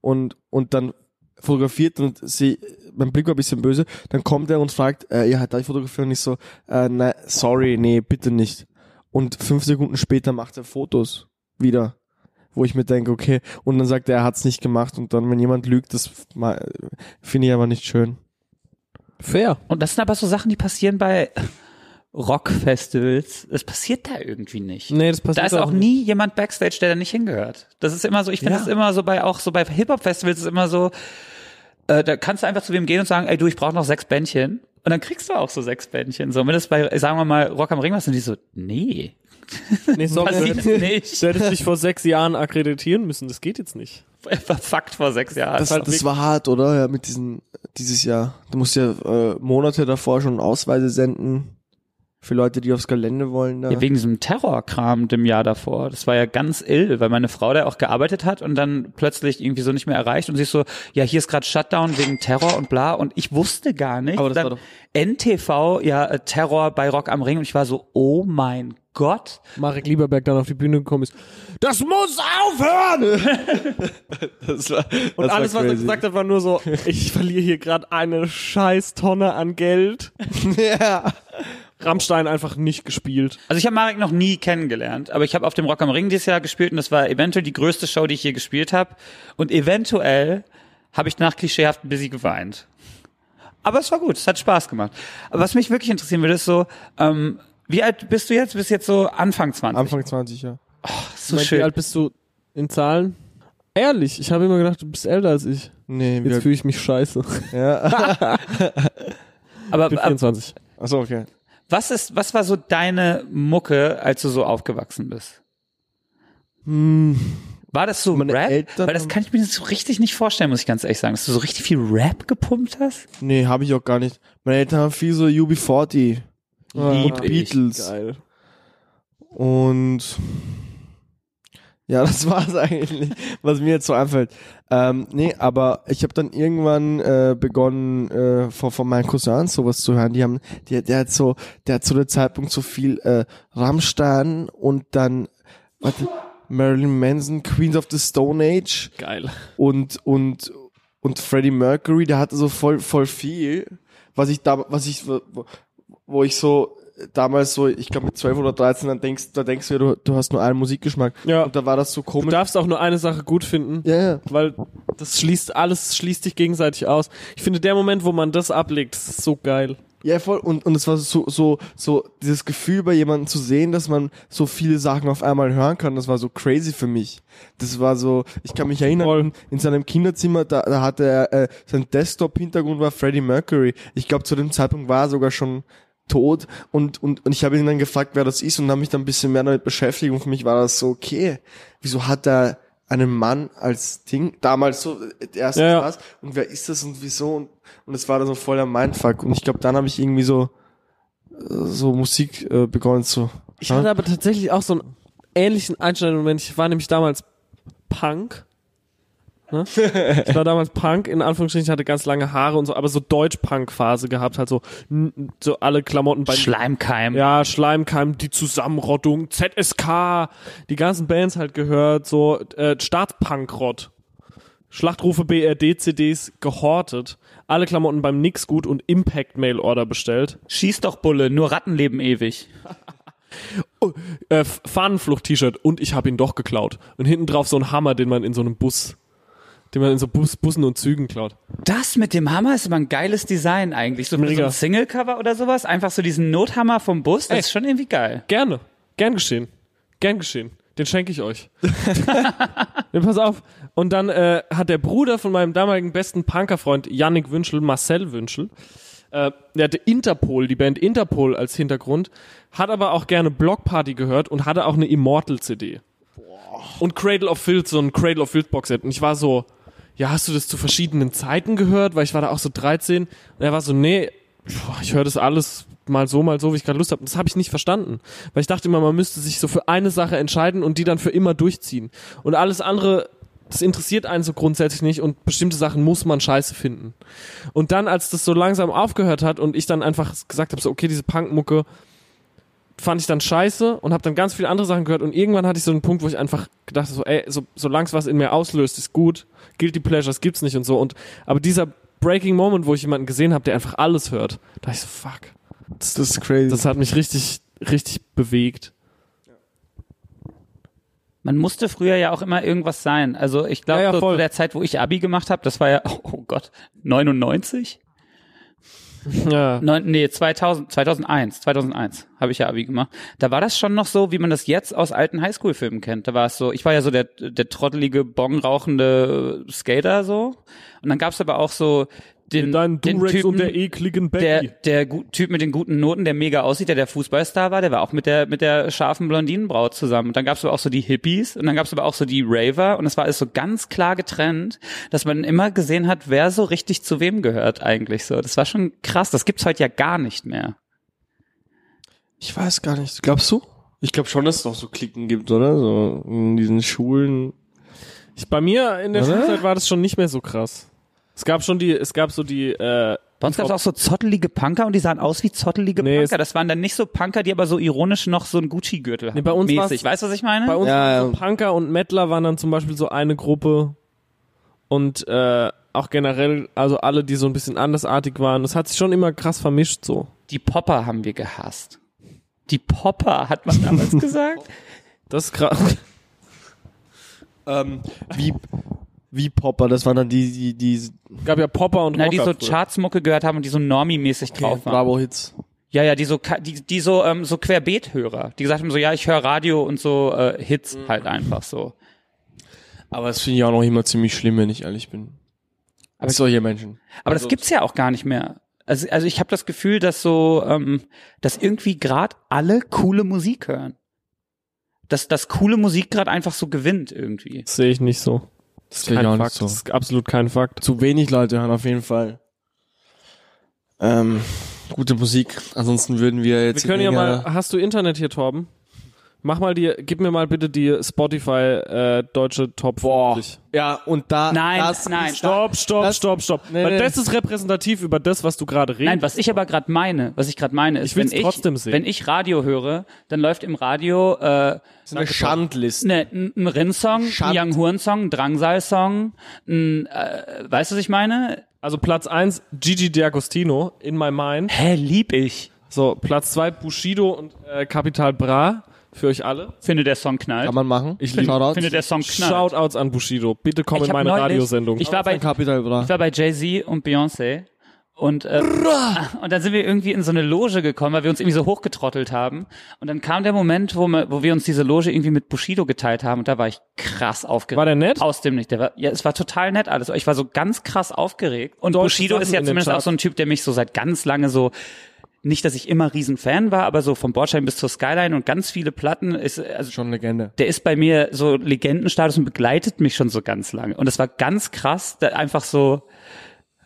[SPEAKER 2] und, und dann fotografiert und sie, mein Blick war ein bisschen böse, dann kommt er und fragt, äh, ja, darf ich fotografieren? Und ich so, äh, nein, sorry, nee, bitte nicht. Und fünf Sekunden später macht er Fotos wieder, wo ich mir denke, okay, und dann sagt er, er hat's nicht gemacht und dann, wenn jemand lügt, das f- ma- finde ich aber nicht schön.
[SPEAKER 1] Fair.
[SPEAKER 3] Und das sind aber so Sachen, die passieren bei Rock-Festivals. Das passiert da irgendwie nicht.
[SPEAKER 1] Nee, das passiert
[SPEAKER 3] da ist auch
[SPEAKER 1] nicht.
[SPEAKER 3] nie jemand Backstage, der da nicht hingehört. Das ist immer so, ich finde
[SPEAKER 1] Ja.
[SPEAKER 3] das immer so bei, auch so bei Hip-Hop-Festivals ist immer so, äh, da kannst du einfach zu wem gehen und sagen, ey du, ich brauche noch sechs Bändchen. Und dann kriegst du auch so sechs Bändchen. So, wenn das bei, sagen wir mal, Rock am Ring was, sind die so, nee. [laughs]
[SPEAKER 1] Nee, sorry. du hättest-
[SPEAKER 3] Passiert
[SPEAKER 1] [laughs]
[SPEAKER 3] nicht.
[SPEAKER 1] Du hättest dich vor sechs Jahren akkreditieren müssen. Das geht jetzt nicht.
[SPEAKER 3] Verfuckt vor sechs Jahren.
[SPEAKER 2] Das, das war hart, oder? Ja, mit diesen, dieses Jahr. Du musst ja äh, Monate davor schon Ausweise senden Für Leute, die aufs Gelände wollen. Da.
[SPEAKER 3] Ja, wegen diesem Terrorkram dem Jahr davor. Das war ja ganz ill, weil meine Frau da auch gearbeitet hat und dann plötzlich irgendwie so nicht mehr erreicht und sie ist so, ja, hier ist gerade Shutdown wegen Terror und bla und ich wusste gar nicht.
[SPEAKER 2] Aber das
[SPEAKER 3] dann
[SPEAKER 2] war doch-
[SPEAKER 3] NTV, ja, äh, Terror bei Rock am Ring und ich war so, oh mein Gott.
[SPEAKER 1] Marek Lieberberg dann auf die Bühne gekommen ist.
[SPEAKER 2] das muss [laughs] aufhören! das war,
[SPEAKER 1] Und alles, was er gesagt hat, war nur so, ich verliere hier gerade eine scheiß Tonne an Geld.
[SPEAKER 2] hat. [laughs] ja.
[SPEAKER 1] Rammstein einfach nicht gespielt.
[SPEAKER 3] Also ich habe Marek noch nie kennengelernt, aber ich habe auf dem Rock am Ring dieses Jahr gespielt und das war eventuell die größte Show, die ich je gespielt habe. Und eventuell habe ich nach klischeehaft ein bisschen geweint. Aber es war gut, es hat Spaß gemacht. Aber was mich wirklich interessieren würde, ist so, ähm, wie alt bist du jetzt? Bist jetzt so Anfang 20?
[SPEAKER 2] Anfang 20, ja.
[SPEAKER 3] so
[SPEAKER 1] Wie
[SPEAKER 3] schön.
[SPEAKER 1] alt bist du in Zahlen? Ehrlich, ich habe immer gedacht, du bist älter als ich.
[SPEAKER 2] Nee,
[SPEAKER 1] Jetzt
[SPEAKER 2] wir,
[SPEAKER 1] fühle ich mich scheiße.
[SPEAKER 2] [laughs] ja.
[SPEAKER 3] Aber
[SPEAKER 1] Ich bin
[SPEAKER 3] äh,
[SPEAKER 1] 24.
[SPEAKER 2] Achso, okay.
[SPEAKER 3] was ist, was war so deine Mucke, als du so aufgewachsen bist?
[SPEAKER 2] Hm,
[SPEAKER 3] War das so
[SPEAKER 2] Meine
[SPEAKER 3] Rap?
[SPEAKER 2] Eltern
[SPEAKER 3] Weil das
[SPEAKER 2] haben-
[SPEAKER 3] kann ich mir so richtig nicht vorstellen, muss ich ganz ehrlich sagen, dass du so richtig viel Rap gepumpt hast.
[SPEAKER 2] Nee, habe ich auch gar nicht. Meine Eltern haben viel so UB40
[SPEAKER 3] Lieb
[SPEAKER 1] Ah.
[SPEAKER 2] und
[SPEAKER 3] ich.
[SPEAKER 2] Beatles.
[SPEAKER 1] Geil.
[SPEAKER 2] Und ja, [laughs] das war's eigentlich, was mir jetzt so einfällt. Ähm, nee, aber ich habe dann irgendwann äh, begonnen, äh, von, von meinen Cousins sowas zu hören. Die haben, die, der hat so, der hat zu dem Zeitpunkt so viel äh, Rammstein und dann warte, Marilyn Manson, Queens of the Stone Age
[SPEAKER 1] Geil.
[SPEAKER 2] und und und Freddie Mercury, der hatte so voll voll viel, was ich da was ich wo, wo ich so damals so, ich glaube mit 12 oder 13, dann denkst da denkst du, du, du hast nur einen Musikgeschmack
[SPEAKER 1] Ja.
[SPEAKER 2] und da war das so
[SPEAKER 1] Du
[SPEAKER 2] komisch.
[SPEAKER 1] darfst auch nur eine Sache gut finden.
[SPEAKER 2] ja, ja.
[SPEAKER 1] Weil das schließt alles, schließt dich gegenseitig aus. Ich finde, der Moment, wo man das ablegt, das ist so geil.
[SPEAKER 2] Ja, voll. Und, und es war so, so, so dieses Gefühl bei jemandem zu sehen, dass man so viele Sachen auf einmal hören kann, das war so crazy für mich. Das war so, ich kann mich erinnern,
[SPEAKER 1] Voll.
[SPEAKER 2] in seinem Kinderzimmer, da, da hatte er, äh, sein Desktop-Hintergrund war Freddie Mercury. Ich glaube, zu dem Zeitpunkt war er sogar schon tot und, und, und ich habe ihn dann gefragt, wer das ist und habe mich dann ein bisschen mehr damit beschäftigt und für mich war das so, okay, wieso hat er einen Mann als Ding, damals so, äh, erstens
[SPEAKER 1] Ja, ja.
[SPEAKER 2] das und wer ist das und wieso und, und es war dann so voller Mindfuck und ich glaube, dann habe ich irgendwie so, äh, so Musik äh, begonnen zu.
[SPEAKER 1] Ich hatte aber tatsächlich auch so einen ähnlichen Einstellungsmoment. Ich war nämlich damals Punk. Ne? Ich war damals Punk, in Anführungsstrichen, ich hatte ganz lange Haare und so, aber so Deutsch-Punk-Phase gehabt, halt so, n- so alle Klamotten bei
[SPEAKER 3] Schleimkeim.
[SPEAKER 1] Ja, Schleimkeim, die Zusammenrottung, ZSK, die ganzen Bands halt gehört, so äh, Staatspunkrott. Schlachtrufe BRD CDs gehortet, alle Klamotten beim Nix gut und Impact Mail Order bestellt.
[SPEAKER 3] Schieß doch Bulle, nur Ratten leben ewig.
[SPEAKER 1] Äh, F- Fahnenflucht-T-Shirt und ich habe ihn doch geklaut. Und hinten drauf so ein Hammer, den man in so einem Bus, den man in so Bus, Bussen und Zügen klaut.
[SPEAKER 3] Das mit dem Hammer ist immer ein geiles Design eigentlich. So, für so
[SPEAKER 1] Mega.
[SPEAKER 3] ein Singlecover oder sowas. Einfach so diesen Nothammer vom Bus. Das
[SPEAKER 1] Ey.
[SPEAKER 3] ist schon irgendwie geil.
[SPEAKER 1] Gerne, gern geschehen, gern geschehen. Den schenke ich euch. Ja, pass auf. Und dann äh, hat der Bruder von meinem damaligen besten Punkerfreund Yannick Wünschel, Marcel Wünschel, äh, der hatte Interpol, die Band Interpol als Hintergrund, hat aber auch gerne Blockparty gehört und hatte auch eine Immortal-CD. Und Cradle of Filth, so ein Cradle of Filth Boxset. Und ich war so, ja, hast du das zu verschiedenen Zeiten gehört? Weil ich war da auch so 13. Und er war so, nee, pf, ich höre das alles mal so, mal so, wie ich gerade Lust habe. Und das habe ich nicht verstanden. Weil ich dachte immer, man müsste sich so für eine Sache entscheiden und die dann für immer durchziehen. Und alles andere, das interessiert einen so grundsätzlich nicht und bestimmte Sachen muss man scheiße finden. Und dann, als das so langsam aufgehört hat und ich dann einfach gesagt habe, so, okay, diese Punkmucke fand ich dann scheiße und habe dann ganz viele andere Sachen gehört und irgendwann hatte ich so einen Punkt, wo ich einfach gedacht habe, so, ey, so, solange es was in mir auslöst, ist gut, Guilty Pleasures gibt's nicht und so. Und aber dieser Breaking Moment, wo ich jemanden gesehen habe, der einfach alles hört, da dachte ich so, fuck,
[SPEAKER 2] Das ist crazy.
[SPEAKER 1] das hat mich richtig, richtig bewegt.
[SPEAKER 3] Man musste früher ja auch immer irgendwas sein. Also ich glaube,
[SPEAKER 1] Ja, ja,
[SPEAKER 3] so
[SPEAKER 1] voll.
[SPEAKER 3] zu der Zeit, wo ich Abi gemacht habe, das war ja, [laughs] oh Gott, 99?
[SPEAKER 1] Ja.
[SPEAKER 3] Neun, nee, 2000, 2001, 2001 habe ich ja Abi gemacht. Da war das schon noch so, wie man das jetzt aus alten Highschool-Filmen kennt. Da war es so, ich war ja so der, der trottelige, bongrauchende Skater so. Und dann gab es aber auch so den,
[SPEAKER 1] Dein
[SPEAKER 3] den
[SPEAKER 1] Durex
[SPEAKER 3] Typen,
[SPEAKER 1] und der ekligen
[SPEAKER 3] der,
[SPEAKER 1] Becky.
[SPEAKER 3] der gut, Typ mit den guten Noten, der mega aussieht, der der Fußballstar war, der war auch mit der, mit der scharfen Blondinenbraut zusammen. Und dann gab's aber auch so die Hippies und dann gab's aber auch so die Raver und es war alles so ganz klar getrennt, dass man immer gesehen hat, wer so richtig zu wem gehört eigentlich so. Das war schon krass, das gibt's heute ja gar nicht mehr.
[SPEAKER 2] Ich weiß gar nicht. Glaubst du? Ich glaube schon, dass es noch so Klicken gibt, oder? So in diesen Schulen.
[SPEAKER 1] Ich, bei mir in der
[SPEAKER 2] Oder?
[SPEAKER 1] Schulzeit war das schon nicht mehr so krass. Es gab schon die, es gab so die, äh,
[SPEAKER 3] Bei uns gab es auch so zottelige Punker und die sahen aus wie zottelige
[SPEAKER 1] Nee, es-
[SPEAKER 3] Punker. Das waren dann nicht so Punker, die aber so ironisch noch so einen Gucci-Gürtel haben.
[SPEAKER 1] bei uns war's-
[SPEAKER 3] Mäßig. Weißt du, was ich meine?
[SPEAKER 1] bei uns
[SPEAKER 2] Ja,
[SPEAKER 1] waren so Punker und Mettler waren dann zum Beispiel so eine Gruppe und äh, auch generell, also alle, die so ein bisschen andersartig waren. Das hat sich schon immer krass vermischt so.
[SPEAKER 3] die Popper haben wir gehasst. Die Popper, hat
[SPEAKER 1] [laughs]
[SPEAKER 3] man damals gesagt?
[SPEAKER 1] Das ist krass. [laughs]
[SPEAKER 2] Ähm, wie, wie Popper, das waren dann die, die, die
[SPEAKER 1] gab ja Popper und
[SPEAKER 3] Na, die so
[SPEAKER 1] Rocker früher.
[SPEAKER 3] Chartsmucke gehört haben und die so Normie-mäßig drauf waren.
[SPEAKER 2] Bravo-Hits.
[SPEAKER 3] Ja, ja, die so, ka- die, die so, ähm, so Querbeet-Hörer. Die gesagt haben so, ja, ich höre Radio und so äh, Hits halt einfach so.
[SPEAKER 2] Aber das finde ich auch noch immer ziemlich schlimm, wenn ich ehrlich bin.
[SPEAKER 3] Aber-
[SPEAKER 2] Solche Menschen.
[SPEAKER 3] Aber das gibt's ja auch gar nicht mehr. Also, also ich habe das Gefühl, dass so, ähm, dass irgendwie gerade alle coole Musik hören. Dass, dass coole Musik gerade einfach so gewinnt irgendwie.
[SPEAKER 1] Das sehe ich nicht so.
[SPEAKER 2] Das
[SPEAKER 1] Kein
[SPEAKER 2] finde ich auch
[SPEAKER 1] Fakt.
[SPEAKER 2] nicht so.
[SPEAKER 1] Das ist absolut kein Fakt.
[SPEAKER 2] Zu wenig Leute hören auf jeden Fall. Ähm, gute Musik. Ansonsten würden wir
[SPEAKER 1] Wir
[SPEAKER 2] jetzt.
[SPEAKER 1] können ja
[SPEAKER 2] länger-
[SPEAKER 1] mal, hast du Internet hier, Torben? Mach mal die, gib mir mal bitte die Spotify äh, deutsche Top 50.
[SPEAKER 2] Boah. Ja, und da.
[SPEAKER 3] Nein,
[SPEAKER 2] das
[SPEAKER 3] nein.
[SPEAKER 1] Stopp, stopp,
[SPEAKER 2] Das-
[SPEAKER 1] stopp, stopp.
[SPEAKER 2] Nee,
[SPEAKER 1] Weil
[SPEAKER 2] nee.
[SPEAKER 1] das ist repräsentativ über das, was du gerade redest.
[SPEAKER 3] Nein, was ich aber gerade meine, was ich gerade meine, ist,
[SPEAKER 1] Ich
[SPEAKER 3] wenn,
[SPEAKER 1] will's
[SPEAKER 3] ich,
[SPEAKER 1] trotzdem sehen.
[SPEAKER 3] wenn ich Radio höre, dann läuft im Radio äh,
[SPEAKER 2] ist eine Schandliste.
[SPEAKER 3] ne, ein ein Rin-Song, ein
[SPEAKER 2] Schand.
[SPEAKER 3] Young Horn-Song, ein Drangsal-Song, ein, äh, weißt du, was ich meine?
[SPEAKER 1] Also Platz 1, Gigi D'Agostino, In My Mind.
[SPEAKER 3] Hä, lieb ich.
[SPEAKER 1] So, Platz 2, Bushido und äh, Capital Bra für euch alle.
[SPEAKER 3] Finde der Song knallt.
[SPEAKER 2] Kann man machen. Ich
[SPEAKER 3] Finde der Song knallt.
[SPEAKER 1] Shoutouts an Bushido. Bitte komm
[SPEAKER 3] Ich
[SPEAKER 1] in
[SPEAKER 3] hab
[SPEAKER 1] meine
[SPEAKER 3] neulich-
[SPEAKER 1] Radiosendung.
[SPEAKER 3] Ich war bei
[SPEAKER 2] Kapital,
[SPEAKER 3] Ich war bei Jay-Z und Beyoncé und, äh, und dann sind wir irgendwie in so eine Loge gekommen, weil wir uns irgendwie so hochgetrottelt haben. Und dann kam der Moment, wo wir, wo wir uns diese Loge irgendwie mit Bushido geteilt haben und da war ich krass aufgeregt.
[SPEAKER 1] War der nett?
[SPEAKER 3] Aus dem nicht. Der war, ja, es war total nett alles. Ich war so ganz krass aufgeregt. Und
[SPEAKER 1] Deutsche
[SPEAKER 3] Bushido ist
[SPEAKER 1] Sachen
[SPEAKER 3] ja
[SPEAKER 1] in den
[SPEAKER 3] zumindest auch
[SPEAKER 1] Charts.
[SPEAKER 3] so ein Typ, der mich so seit ganz lange so nicht, dass ich immer Riesenfan war, aber so vom Bordstein bis zur Skyline und ganz viele Platten ist, also
[SPEAKER 2] Schon Legende.
[SPEAKER 3] der ist bei mir so Legendenstatus und begleitet mich schon so ganz lange. Und es war ganz krass, da einfach so,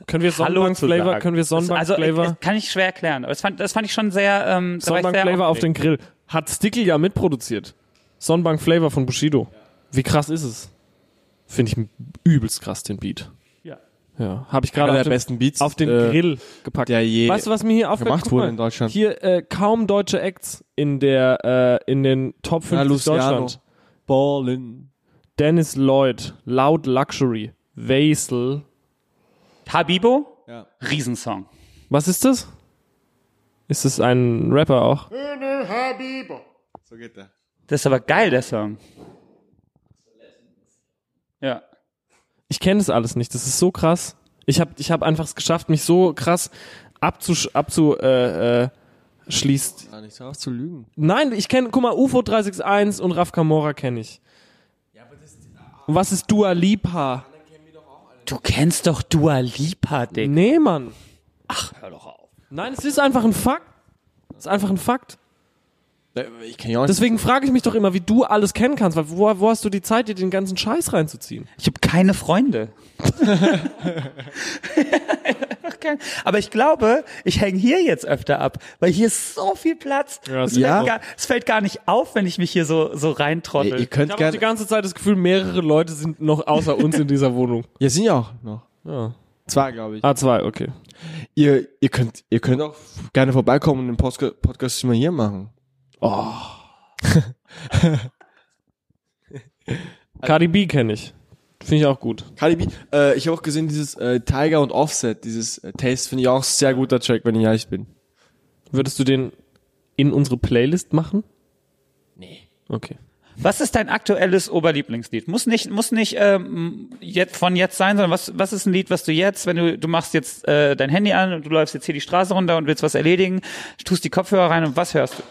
[SPEAKER 1] können wir
[SPEAKER 3] Hallo zu
[SPEAKER 1] Sonnenbank-Flavor,
[SPEAKER 3] sagen.
[SPEAKER 1] können wir
[SPEAKER 3] Das- Also,
[SPEAKER 1] Sonnenbank-Flavor,
[SPEAKER 3] das kann ich schwer erklären. Aber das fand, das fand ich schon sehr, ähm, da war ich sehr
[SPEAKER 1] Sonnenbank-Flavor auf
[SPEAKER 3] aufgeregt.
[SPEAKER 1] den Grill. Hat Sticky ja mitproduziert. Sonnenbank-Flavor von Bushido. Wie krass ist es? Finde ich übelst krass, den Beat.
[SPEAKER 3] Ja.
[SPEAKER 1] Ja, habe ich
[SPEAKER 2] Einer
[SPEAKER 1] gerade
[SPEAKER 2] der
[SPEAKER 1] auf dem-
[SPEAKER 2] besten Beats.
[SPEAKER 1] auf den
[SPEAKER 2] äh,
[SPEAKER 1] Grill gepackt.
[SPEAKER 2] der je
[SPEAKER 1] weißt du, was mir hier aufgefallen
[SPEAKER 2] gemacht
[SPEAKER 1] Guck
[SPEAKER 2] wurde
[SPEAKER 1] mal,
[SPEAKER 2] in Deutschland.
[SPEAKER 1] Hier äh, kaum deutsche Acts in der äh, in den Top 5
[SPEAKER 2] Ja, Luciano.
[SPEAKER 1] Deutschland.
[SPEAKER 2] Ballin.
[SPEAKER 1] Dennis Lloyd, Loud Luxury, Vasel.
[SPEAKER 3] Habibo,
[SPEAKER 2] Ja.
[SPEAKER 3] Riesensong.
[SPEAKER 1] Was ist das? Ist das ein Rapper auch?
[SPEAKER 2] So geht der.
[SPEAKER 3] Das ist aber geil, der Song. Ja.
[SPEAKER 1] Ich kenne das alles nicht. Das ist so krass. Ich habe ich hab einfach es geschafft, mich so krass abzusch abzu äh, äh, schließt.
[SPEAKER 2] Gar nicht so auf zu lügen.
[SPEAKER 1] Nein, ich kenne, guck mal, UFO 361 und Raf Kamora kenne ich. Und was ist Dua Lipa?
[SPEAKER 3] Du kennst doch Dua Lipa, Dick.
[SPEAKER 1] Nee, Mann.
[SPEAKER 3] Hör doch auf.
[SPEAKER 1] Nein, es ist einfach ein Fakt. Es ist einfach ein Fakt.
[SPEAKER 2] Äh, Ich kann ja auch nicht.
[SPEAKER 1] Deswegen frage ich mich doch immer, wie du alles kennen kannst, weil wo, wo hast du die Zeit, dir den ganzen Scheiß reinzuziehen?
[SPEAKER 3] Ich habe keine [laughs] Freunde. Einfach kein- Aber ich glaube, ich hänge hier jetzt öfter ab, weil hier ist so viel Platz.
[SPEAKER 1] Ja,
[SPEAKER 3] es,
[SPEAKER 1] ist
[SPEAKER 3] fällt
[SPEAKER 2] ja.
[SPEAKER 3] gar, es fällt gar nicht auf, wenn ich mich hier so, so
[SPEAKER 2] ihr,
[SPEAKER 3] reintrottel.
[SPEAKER 2] ihr könnt
[SPEAKER 1] Ich habe die
[SPEAKER 2] gerne.
[SPEAKER 1] ganze Zeit das Gefühl, mehrere Leute sind noch außer uns in dieser [laughs] Wohnung.
[SPEAKER 2] Ihr sind ja auch noch.
[SPEAKER 1] Ja.
[SPEAKER 2] Zwei, glaube ich.
[SPEAKER 1] A2, Ah, okay.
[SPEAKER 2] Ihr, ihr könnt, ihr könnt auch gerne vorbeikommen und den Postka- Podcast immer hier machen.
[SPEAKER 1] Cardi B kenne ich. Finde ich auch gut.
[SPEAKER 2] Cardi B, äh, ich habe auch gesehen, dieses äh, Tiger und Offset, dieses äh, Taste finde ich auch sehr guter Track, wenn ich ehrlich bin.
[SPEAKER 1] Würdest du den in unsere Playlist machen? Nee. Okay.
[SPEAKER 3] Was ist dein aktuelles Oberlieblingslied? Muss nicht, muss nicht ähm, jetzt, von jetzt sein, sondern was, was ist ein Lied, was du jetzt, wenn du, du machst jetzt äh, dein Handy an und du läufst jetzt hier die Straße runter und willst was erledigen, tust die Kopfhörer rein und was hörst du?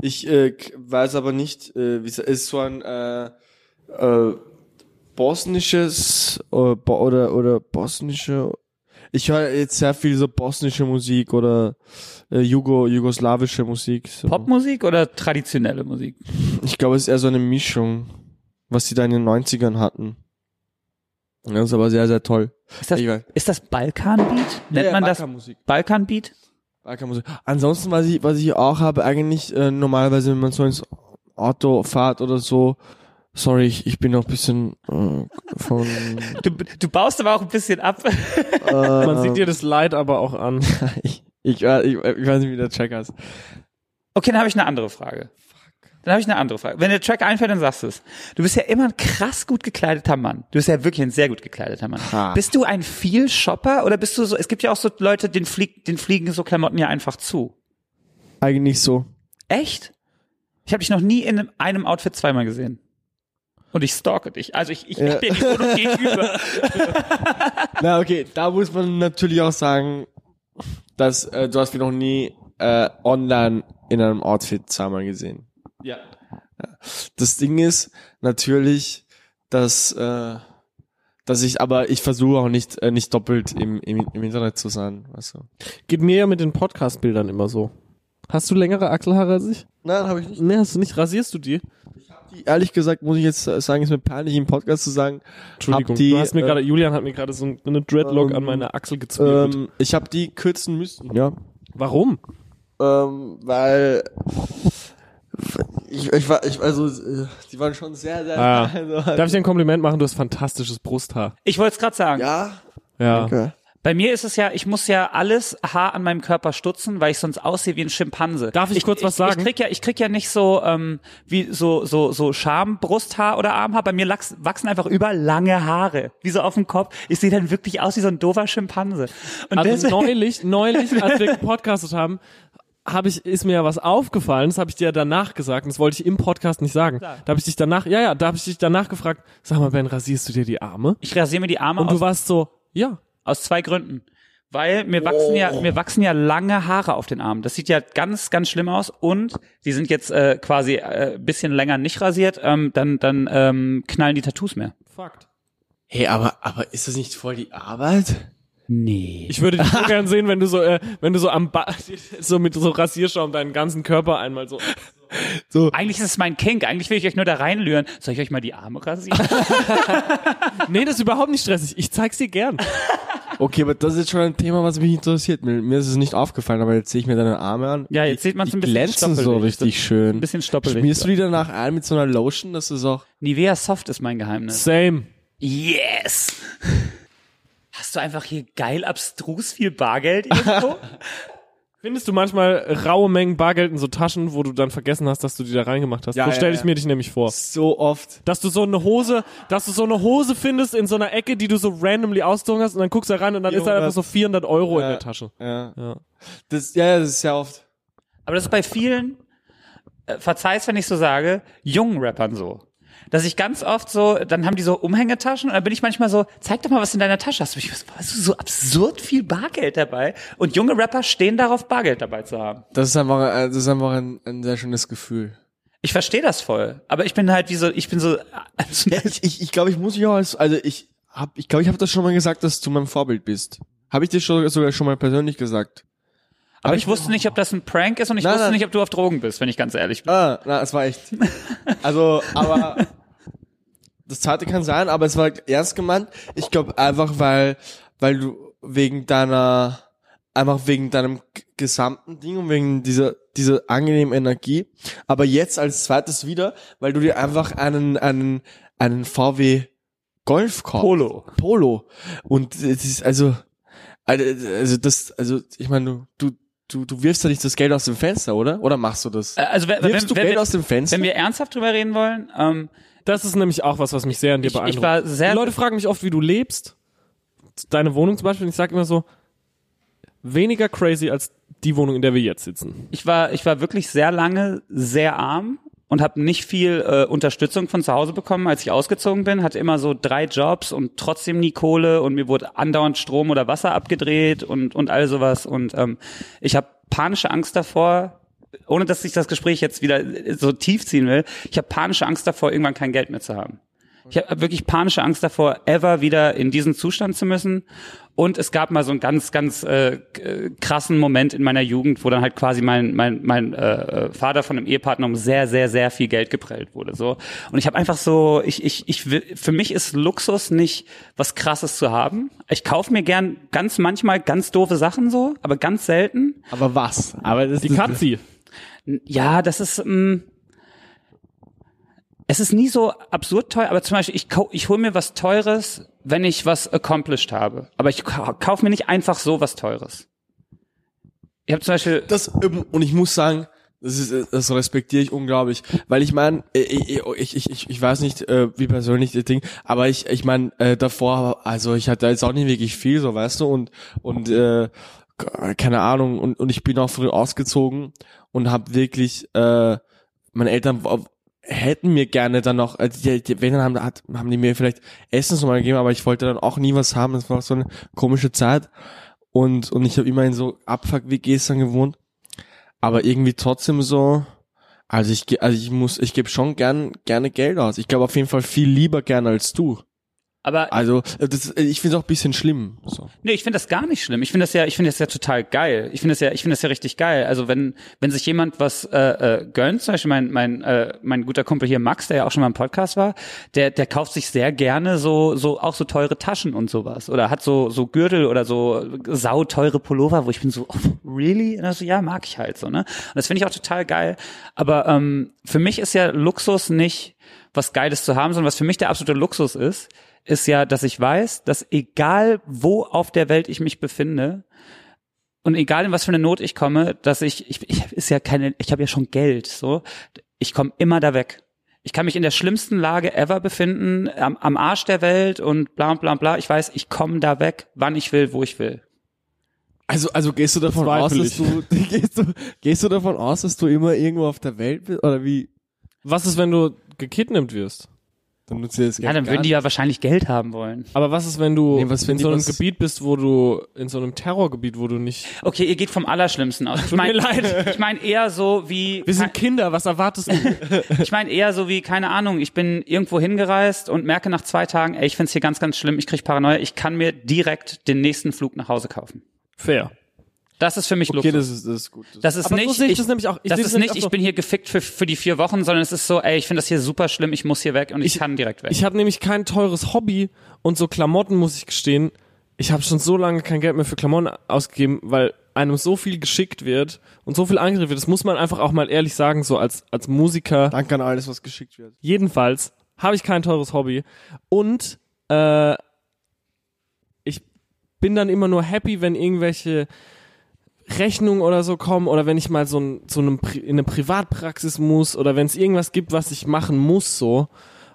[SPEAKER 2] Ich äh, k- weiß aber nicht, äh, wie es ist so ein äh, äh, bosnisches äh, bo oder oder bosnische. Ich höre jetzt sehr viel so bosnische Musik oder äh, Jugo jugoslawische Musik. So.
[SPEAKER 3] Popmusik oder traditionelle Musik?
[SPEAKER 2] Ich glaube, es ist eher so eine Mischung, was sie da in den 90ern hatten. Das ist aber sehr sehr toll.
[SPEAKER 3] Ist das,
[SPEAKER 2] Ich weiß.
[SPEAKER 3] ist das Balkanbeat? Nennt man das
[SPEAKER 2] Balkanmusik.
[SPEAKER 3] Balkanbeat?
[SPEAKER 2] Da kann man so- Ansonsten, was ich, was ich auch habe, eigentlich äh, normalerweise, wenn man so ins Auto fährt oder so, sorry, ich, ich bin noch ein bisschen äh, von...
[SPEAKER 3] Du, du baust aber auch ein bisschen ab. [laughs]
[SPEAKER 1] Man sieht dir das Leid aber auch an.
[SPEAKER 2] ich, ich, äh, ich, ich weiß nicht, wie der Check heißt.
[SPEAKER 3] Okay, dann habe ich eine andere Frage. Dann habe ich eine andere Frage. Wenn der Track einfällt, dann sagst du es. Du bist ja immer ein krass gut gekleideter Mann. Du bist ja wirklich ein sehr gut gekleideter Mann.
[SPEAKER 1] Ah.
[SPEAKER 2] Ha.
[SPEAKER 3] Bist du ein Viel-Shopper oder bist du so, es gibt ja auch so Leute, denen, flieg, denen fliegen so Klamotten ja einfach zu.
[SPEAKER 2] Eigentlich so.
[SPEAKER 3] Echt? Ich habe dich noch nie in einem- einem Outfit zweimal gesehen. Und ich stalke dich. Also ich, ich, ich bin dir
[SPEAKER 1] [laughs]
[SPEAKER 3] nicht gegenüber.
[SPEAKER 2] Na okay, da muss man natürlich auch sagen, dass äh, du hast mich noch nie äh, online in einem Outfit zweimal gesehen.
[SPEAKER 3] Ja.
[SPEAKER 2] Das Ding ist natürlich, dass äh, dass ich, aber ich versuche auch nicht äh, nicht doppelt im, im im Internet zu sein. Also.
[SPEAKER 1] Geht mir ja mit den Podcast-Bildern immer so. Hast du längere Achselhaare als ich?
[SPEAKER 2] Nein, habe ich nicht.
[SPEAKER 1] Nee, hast du nicht. Rasierst du die?
[SPEAKER 2] Ehrlich gesagt muss ich jetzt äh, sagen, ist mir peinlich im Podcast zu sagen.
[SPEAKER 1] Entschuldigung,
[SPEAKER 2] Hab die,
[SPEAKER 1] du hast mir
[SPEAKER 2] äh,
[SPEAKER 1] gerade, Julian hat mir gerade so eine Dreadlock
[SPEAKER 2] ähm,
[SPEAKER 1] an meine Achsel gezwirbelt.
[SPEAKER 2] Ähm, ich habe die kürzen müssen. Ja. [laughs]
[SPEAKER 1] Warum?
[SPEAKER 2] Ähm, weil ich, ich war ich also äh, die waren schon sehr sehr
[SPEAKER 1] Ah.
[SPEAKER 2] also,
[SPEAKER 1] Darf ich dir ein Kompliment machen? Du hast fantastisches Brusthaar.
[SPEAKER 3] Ich wollte es gerade sagen.
[SPEAKER 2] ja
[SPEAKER 1] Ja.
[SPEAKER 2] Okay.
[SPEAKER 3] Bei mir ist es ja, ich muss ja alles Haar an meinem Körper stutzen, weil ich sonst aussehe wie ein Schimpanse.
[SPEAKER 1] Darf ich kurz was sagen?
[SPEAKER 3] Ich krieg ja, ich krieg ja nicht so ähm, wie so so so Scham, Brusthaar oder Armhaar. Bei mir lachs, wachsen einfach über lange Haare, wie so auf dem Kopf. Ich sehe dann wirklich aus wie so ein doofer Schimpanse. Und
[SPEAKER 1] Also
[SPEAKER 3] deswegen,
[SPEAKER 1] neulich, neulich, als
[SPEAKER 2] [laughs]
[SPEAKER 1] wir gepodcastet haben, habe ich, ist mir ja was aufgefallen, das habe ich dir ja danach gesagt, und das wollte ich im Podcast nicht sagen. Da habe ich dich danach, ja, ja, da habe ich dich danach gefragt, sag mal, Ben, rasierst du dir die Arme?
[SPEAKER 3] ich rasiere mir die Arme
[SPEAKER 1] Und du
[SPEAKER 3] aus,
[SPEAKER 1] warst so, ja.
[SPEAKER 3] aus zwei Gründen. Weil mir wachsen ja mir wachsen ja lange Haare auf den Armen. Das sieht ja ganz ganz schlimm aus und die sind jetzt äh, quasi äh, bisschen länger nicht rasiert. Ähm, dann dann ähm, knallen die Tattoos mehr.
[SPEAKER 1] Fakt.
[SPEAKER 2] Hey, aber aber ist das nicht voll die Arbeit?
[SPEAKER 3] Nee.
[SPEAKER 1] Ich würde dich
[SPEAKER 2] [laughs]
[SPEAKER 1] so gern sehen, wenn du so, äh, wenn du so am ba [laughs] so mit so Rasierschaum deinen ganzen Körper einmal so.
[SPEAKER 3] Eigentlich ist es mein Kink. Eigentlich will ich euch nur da reinlüren. Soll ich euch mal die Arme rasieren?
[SPEAKER 1] Nee, das ist überhaupt nicht stressig. Ich zeig's dir gern.
[SPEAKER 2] Okay, aber das ist jetzt schon ein Thema, was mich interessiert. Mir, mir ist es nicht aufgefallen, aber jetzt sehe ich mir deine Arme an.
[SPEAKER 3] Ja, jetzt sieht man's
[SPEAKER 2] die
[SPEAKER 3] ein bisschen
[SPEAKER 2] glänzen so
[SPEAKER 3] stoppelig.
[SPEAKER 2] richtig schön.
[SPEAKER 3] Ein bisschen stoppelig.
[SPEAKER 2] Schmierst du die danach ein mit so einer Lotion, dass es auch
[SPEAKER 3] Nivea Soft ist mein Geheimnis.
[SPEAKER 1] Same.
[SPEAKER 3] Yes! Hast du einfach hier geil abstrus viel Bargeld irgendwo?
[SPEAKER 1] Findest du manchmal raue Mengen Bargeld in so Taschen, wo du dann vergessen hast, dass du die da reingemacht hast?
[SPEAKER 2] Ja,
[SPEAKER 1] so
[SPEAKER 2] ja,
[SPEAKER 1] stelle ich
[SPEAKER 2] ja.
[SPEAKER 1] mir dich nämlich vor.
[SPEAKER 2] so oft?
[SPEAKER 1] Dass du so eine Hose, dass du so eine Hose findest in so einer Ecke, die du so randomly auszogen hast und dann guckst du da rein und dann ist da
[SPEAKER 2] 400.
[SPEAKER 1] einfach so 400 Euro Oh, in
[SPEAKER 2] Ja.
[SPEAKER 1] der Tasche.
[SPEAKER 2] Ja.
[SPEAKER 1] Ja.
[SPEAKER 2] Das, ja, ja, das ist sehr oft.
[SPEAKER 3] Aber das ist bei vielen, äh, verzeih's, wenn ich so sage, jungen Rappern so. Dass ich ganz oft so, dann haben die so Umhängetaschen und dann bin ich manchmal so, zeig doch mal, was in deiner Tasche hast. Und ich so, hast du so absurd viel Bargeld dabei? Und junge Rapper stehen darauf, Bargeld dabei zu haben.
[SPEAKER 2] Das ist einfach, äh, das ist einfach ein, ein sehr schönes Gefühl.
[SPEAKER 3] Ich verstehe das voll, aber ich bin halt wie so, ich bin so,
[SPEAKER 2] Ich, ich glaube, ich muss mich auch als, also ich hab, ich glaube, ich habe das schon mal gesagt, dass du mein Vorbild bist. Habe ich dir schon, sogar schon mal persönlich gesagt.
[SPEAKER 3] [laughs] aber ich wusste nicht, ob das ein Prank ist und ich
[SPEAKER 2] Nein,
[SPEAKER 3] wusste
[SPEAKER 2] nein.
[SPEAKER 3] nicht, ob du auf Drogen bist, wenn ich ganz ehrlich bin.
[SPEAKER 2] Ah, na, es war echt. Also, aber das zweite kann sein, aber es war ernst gemeint. Ich glaube einfach, weil, weil du wegen deiner, einfach wegen deinem g- gesamten Ding und wegen dieser, dieser angenehmen Energie. Aber jetzt als zweites wieder, weil du dir einfach einen, einen, einen VW Golf kaufst.
[SPEAKER 3] Polo.
[SPEAKER 2] Polo. Und es ist also, also, also das, also ich meine, du, du, du, du wirfst ja nicht das Geld aus dem Fenster, oder? Oder machst du das?
[SPEAKER 3] Äh, Also wenn, wenn,
[SPEAKER 2] Wirfst du
[SPEAKER 3] wenn,
[SPEAKER 2] Geld
[SPEAKER 3] wir,
[SPEAKER 2] aus dem Fenster?
[SPEAKER 3] wenn wir ernsthaft drüber reden wollen, ähm,
[SPEAKER 1] Das ist nämlich auch was, was mich sehr an dir
[SPEAKER 3] ich,
[SPEAKER 1] beeindruckt.
[SPEAKER 3] ich war sehr,
[SPEAKER 1] Die Leute fragen mich oft, wie du lebst. Deine Wohnung zum Beispiel. Und ich sage immer so, weniger crazy als die Wohnung, in der wir jetzt sitzen.
[SPEAKER 3] ich war, ich war wirklich sehr lange sehr arm und habe nicht viel äh, Unterstützung von zu Hause bekommen, als ich ausgezogen bin. Hatte immer so drei Jobs und trotzdem nie Kohle und mir wurde andauernd Strom oder Wasser abgedreht und und all sowas und ähm, ich habe panische Angst davor. Ohne dass ich das Gespräch jetzt wieder so tief ziehen will, ich habe panische Angst davor, irgendwann kein Geld mehr zu haben. Ich habe wirklich panische Angst davor, ever wieder in diesen Zustand zu müssen. Und es gab mal so einen ganz, ganz äh, k- krassen Moment in meiner Jugend, wo dann halt quasi mein, mein, mein äh, äh, Vater von einem Ehepartner um sehr, sehr, sehr viel Geld geprellt wurde. So. Und ich habe einfach so, ich, ich, ich will, für mich ist Luxus nicht was krasses zu haben. Ich kaufe mir gern ganz manchmal ganz doofe Sachen so, aber ganz selten.
[SPEAKER 4] Aber was? Aber das
[SPEAKER 1] Die Katzi.
[SPEAKER 3] Ja, das ist. Ähm, es ist nie so absurd teuer, aber zum Beispiel, ich, kau- ich hole mir was Teures, wenn ich was accomplished habe. Aber ich kau- kauf mir nicht einfach so was Teures. Ich habe zum Beispiel.
[SPEAKER 2] Das, ähm, und ich muss sagen, das, ist, äh, das respektiere ich unglaublich, weil ich meine, äh, ich, ich, ich, ich weiß nicht, äh, wie persönlich das Ding, aber ich, ich meine, äh, davor, also ich hatte jetzt auch nicht wirklich viel, so weißt du, und, und äh, k- keine Ahnung, und, und ich bin auch früh ausgezogen und habe wirklich, äh, meine Eltern w- hätten mir gerne dann noch, also die, die, wenn dann haben, hat, haben die mir vielleicht Essensnummer gegeben, aber ich wollte dann auch nie was haben, das war auch so eine komische Zeit und, und ich habe immer in so Abfuck-WGs dann gewohnt aber irgendwie trotzdem so, also ich, ge- also ich muss, ich gebe schon gern, gerne Geld aus. Ich glaube auf jeden Fall viel lieber gern als du.
[SPEAKER 3] Aber
[SPEAKER 2] Also, äh, das, äh, ich finde es auch ein bisschen schlimm. So.
[SPEAKER 3] Nee, ich finde das gar nicht schlimm. Ich finde das ja, ich finde das ja total geil. Ich finde das ja, ich finde das ja richtig geil. Also wenn wenn sich jemand was äh, äh, gönnt, zum Beispiel mein mein äh, mein guter Kumpel hier Max, der ja auch schon mal im Podcast war, der der kauft sich sehr gerne so so auch so teure Taschen und sowas oder hat so so Gürtel oder so sauteure Pullover, wo ich bin so oh, really, und also, ja mag ich halt so ne. Und das finde ich auch total geil. Aber ähm, für mich ist ja Luxus nicht was Geiles zu haben, sondern was für mich der absolute Luxus ist, ist ja, dass ich weiß, dass egal wo auf der Welt ich mich befinde und egal in was für eine Not ich komme, dass ich, ich, ich ist ja keine, ich habe ja schon Geld, so ich komme immer da weg. Ich kann mich in der schlimmsten Lage ever befinden, am, am Arsch der Welt und bla bla bla. Ich weiß, ich komme da weg, wann ich will, wo ich will.
[SPEAKER 2] Also, also gehst du davon aus,
[SPEAKER 1] Zweifel
[SPEAKER 2] dass du, [laughs] gehst du, gehst du davon aus, dass du immer irgendwo auf der Welt bist? Oder wie?
[SPEAKER 1] Was ist, wenn du gekidnappt wirst?
[SPEAKER 2] Dann nutzt ihr das Geld.
[SPEAKER 3] Ja, dann
[SPEAKER 2] gar
[SPEAKER 3] würden die
[SPEAKER 2] nicht.
[SPEAKER 3] ja wahrscheinlich Geld haben wollen.
[SPEAKER 1] Aber was ist, wenn du
[SPEAKER 2] Nee, was, wenn
[SPEAKER 1] in
[SPEAKER 2] die
[SPEAKER 1] so einem
[SPEAKER 2] was-
[SPEAKER 1] Gebiet bist, wo du, in so einem Terrorgebiet, wo du nicht...
[SPEAKER 3] Okay, ihr geht vom Allerschlimmsten aus. Ich
[SPEAKER 1] Tut mir
[SPEAKER 3] meine
[SPEAKER 1] leid.
[SPEAKER 3] [laughs] ich mein eher so wie
[SPEAKER 1] Wir sind Kinder, was erwartest
[SPEAKER 3] [laughs]
[SPEAKER 1] du?
[SPEAKER 3] Ich meine eher so wie, keine Ahnung, ich bin irgendwo hingereist und merke nach zwei Tagen, ey, ich find's hier ganz, ganz schlimm, ich krieg Paranoia, ich kann mir direkt den nächsten Flug nach Hause kaufen.
[SPEAKER 1] Fair.
[SPEAKER 3] Das ist für mich
[SPEAKER 2] Okay,
[SPEAKER 3] Luxus.
[SPEAKER 2] das ist, das ist gut. Das
[SPEAKER 3] das ist
[SPEAKER 1] Aber
[SPEAKER 3] nicht,
[SPEAKER 1] so sehe ich das nämlich auch. Ich
[SPEAKER 3] das
[SPEAKER 1] sehe das
[SPEAKER 3] ist
[SPEAKER 1] nämlich
[SPEAKER 3] nicht,
[SPEAKER 1] auch
[SPEAKER 3] ich
[SPEAKER 1] so.
[SPEAKER 3] bin hier gefickt für, für die vier Wochen, sondern es ist so, ey, ich find das hier super schlimm, ich muss hier weg und ich,
[SPEAKER 1] Ich-
[SPEAKER 3] kann direkt weg.
[SPEAKER 1] Ich habe nämlich kein teures Hobby und so Klamotten, muss ich gestehen. Ich habe schon so lange kein Geld mehr für Klamotten ausgegeben, weil einem so viel geschickt wird und so viel angeregt wird. Das muss man einfach auch mal ehrlich sagen, so als, als Musiker.
[SPEAKER 2] Danke an alles, was geschickt wird.
[SPEAKER 1] Jedenfalls habe ich kein teures Hobby und äh, ich bin dann immer nur happy, wenn irgendwelche Rechnungen oder so kommen oder wenn ich mal so ein, zu einem, Pri- in eine Privatpraxis muss oder wenn es irgendwas gibt, was ich machen muss so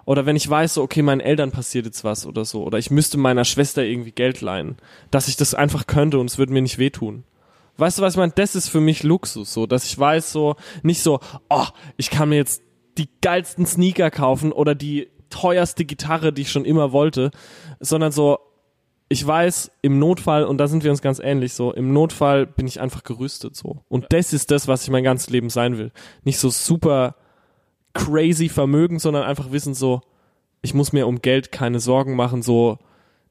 [SPEAKER 1] oder wenn ich weiß so, okay, meinen Eltern passiert jetzt was oder so oder ich müsste meiner Schwester irgendwie Geld leihen, dass ich das einfach könnte und es würde mir nicht wehtun. Weißt du, was ich meine? Das ist für mich Luxus, so, dass ich weiß, so, nicht so, oh, ich kann mir jetzt die geilsten Sneaker kaufen oder die teuerste Gitarre, die ich schon immer wollte, sondern so, ich weiß, im Notfall, und da sind wir uns ganz ähnlich, so, im Notfall bin ich einfach gerüstet, so. Und das ist das, was ich mein ganzes Leben sein will. Nicht so super crazy Vermögen, sondern einfach wissen, so, ich muss mir um Geld keine Sorgen machen, so,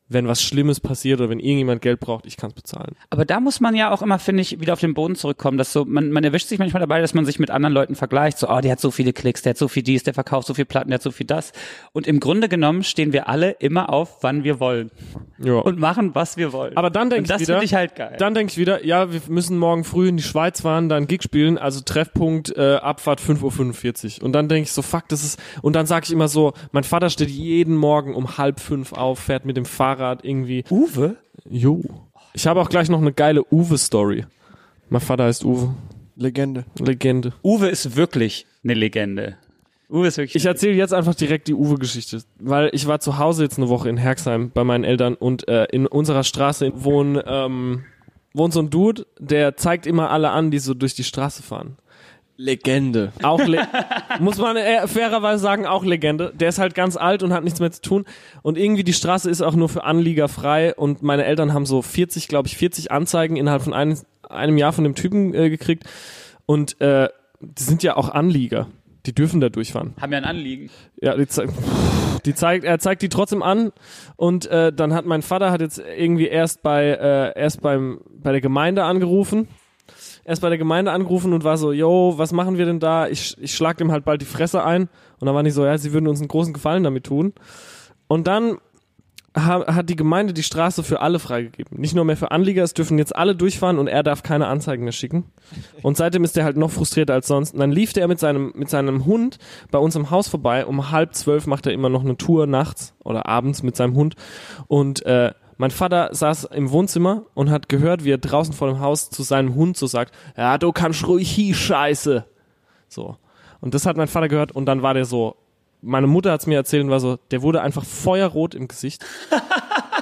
[SPEAKER 1] wenn was Schlimmes passiert oder wenn irgendjemand Geld braucht, ich kann es bezahlen.
[SPEAKER 3] Aber da muss man ja auch immer, finde ich, wieder auf den Boden zurückkommen, dass so, man, man erwischt sich manchmal dabei, dass man sich mit anderen Leuten vergleicht, so, oh, der hat so viele Klicks, der hat so viel dies, der verkauft so viel Platten, der hat so viel das. Und im Grunde genommen stehen wir alle immer auf, wann wir wollen.
[SPEAKER 1] Ja.
[SPEAKER 3] und machen, was wir wollen.
[SPEAKER 1] Aber dann denk
[SPEAKER 3] Und das
[SPEAKER 1] ich wieder-
[SPEAKER 3] finde ich halt geil.
[SPEAKER 1] Dann denke ich wieder, ja, wir müssen morgen früh in die Schweiz fahren, dann Gig spielen, also Treffpunkt, äh, Abfahrt 5.45 Uhr. Und dann denke ich so, fuck, das ist, und dann sage ich immer so, mein Vater steht jeden Morgen um halb fünf auf, fährt mit dem Fahrrad irgendwie.
[SPEAKER 3] Uwe?
[SPEAKER 1] Jo. Ich habe auch gleich noch eine geile Uwe-Story. Mein Vater heißt Uwe.
[SPEAKER 2] Legende.
[SPEAKER 1] Legende.
[SPEAKER 3] Uwe ist wirklich eine Legende. Uwe ist wirklich.
[SPEAKER 1] Ich erzähle jetzt einfach direkt die Uwe-Geschichte, weil ich war zu Hause jetzt eine Woche in Herxheim bei meinen Eltern und äh, in unserer Straße wohnt, ähm, wohnt so ein Dude, der zeigt immer alle an, die so durch die Straße fahren.
[SPEAKER 2] Legende.
[SPEAKER 1] Auch Le muss man äh, fairerweise sagen, auch Legende. Der ist halt ganz alt und hat nichts mehr zu tun. Und irgendwie die Straße ist auch nur für Anlieger frei. Und meine Eltern haben so 40, glaube ich, 40 Anzeigen innerhalb von einem, einem Jahr von dem Typen äh, gekriegt. Und äh, die sind ja auch Anlieger. Die dürfen da durchfahren.
[SPEAKER 3] haben ja ein Anliegen.
[SPEAKER 1] Ja, die, ze- Die zeigt, er zeigt die trotzdem an und äh, dann hat mein Vater hat jetzt irgendwie erst bei äh, erst beim bei der Gemeinde angerufen, erst bei der Gemeinde angerufen und war so, yo, was machen wir denn da? Ich ich schlag dem halt bald die Fresse ein und dann war nicht so, ja, sie würden uns einen großen Gefallen damit tun. Und dann ha- hat die Gemeinde die Straße für alle freigegeben. Nicht nur mehr für Anlieger, es dürfen jetzt alle durchfahren und er darf keine Anzeigen mehr schicken. Und seitdem ist er halt noch frustrierter als sonst. Und dann lief der mit seinem, mit seinem Hund bei uns im Haus vorbei. Um halb zwölf macht er immer noch eine Tour nachts oder abends mit seinem Hund. Und äh, mein Vater saß im Wohnzimmer und hat gehört, wie er draußen vor dem Haus zu seinem Hund so sagt, ja, du kannst ruhig hie, scheiße. So. Und das hat mein Vater gehört und dann war der so, meine Mutter hat es mir erzählt und war so, der wurde einfach feuerrot im Gesicht.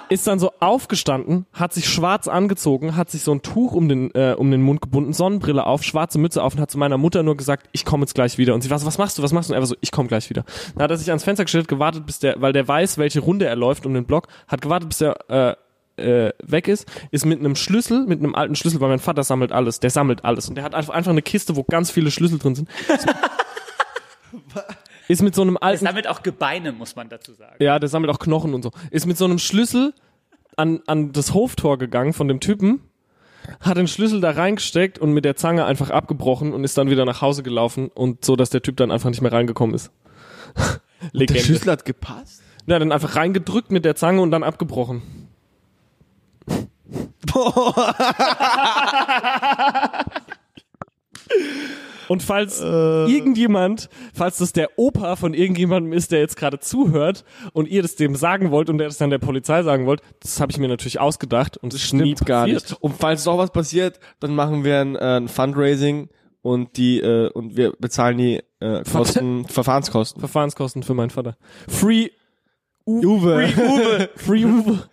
[SPEAKER 1] Ist dann so aufgestanden, hat sich schwarz angezogen, hat sich so ein Tuch um den, äh, um den Mund gebunden, Sonnenbrille auf, schwarze Mütze auf und hat zu meiner Mutter nur gesagt, ich komme jetzt gleich wieder. Und sie war so, was machst du, was machst du? Und er war so, ich komme gleich wieder. Dann hat er sich ans Fenster gestellt, gewartet, bis der, weil der weiß, welche Runde er läuft um den Block, hat gewartet, bis der äh, äh, weg ist, ist mit einem Schlüssel, mit einem alten Schlüssel, weil mein Vater sammelt alles, der sammelt alles. Und der hat einfach einfach eine Kiste, wo ganz viele Schlüssel drin sind. Ist mit so einem alten
[SPEAKER 3] Damit auch Gebeine, muss man dazu sagen.
[SPEAKER 1] ja, der sammelt auch Knochen und so. Ist mit so einem Schlüssel an, an das Hoftor gegangen von dem Typen, hat den Schlüssel da reingesteckt und mit der Zange einfach abgebrochen und ist dann wieder nach Hause gelaufen und so, dass der Typ dann einfach nicht mehr reingekommen ist.
[SPEAKER 2] Der
[SPEAKER 1] Legende.
[SPEAKER 2] Schüssel hat gepasst?
[SPEAKER 1] Ja, dann einfach reingedrückt mit der Zange und dann abgebrochen. [laughs] Und falls irgendjemand, falls das der Opa von irgendjemandem ist, der jetzt gerade zuhört und ihr das dem sagen wollt und der das dann der Polizei sagen wollt, das habe ich mir natürlich ausgedacht und das ist nie passiert.
[SPEAKER 2] Und falls doch was passiert, dann machen wir ein, äh, ein Fundraising und die äh, und wir bezahlen die äh, Kosten, Verfahrenskosten.
[SPEAKER 1] Verfahrenskosten für meinen Vater. Free Uwe.
[SPEAKER 2] Uwe.
[SPEAKER 1] Free Uwe.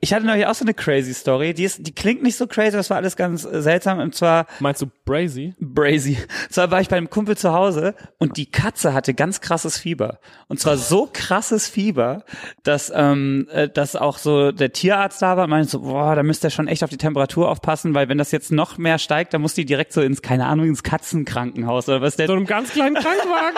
[SPEAKER 3] Ich hatte neulich auch so eine crazy Story. Die, ist, die klingt nicht so crazy, das war alles ganz äh, seltsam. Und zwar
[SPEAKER 1] Meinst du Brazy?
[SPEAKER 3] Brazy. Zwar war ich bei einem Kumpel zu Hause und die Katze hatte ganz krasses Fieber. Und zwar so krasses Fieber, dass, ähm, äh, dass auch so der Tierarzt da war und meinte so, boah, da müsst ihr schon echt auf die Temperatur aufpassen, weil wenn das jetzt noch mehr steigt, dann muss die direkt so ins, keine Ahnung, ins Katzenkrankenhaus oder was der.
[SPEAKER 1] So einem ganz kleinen Krankenwagen.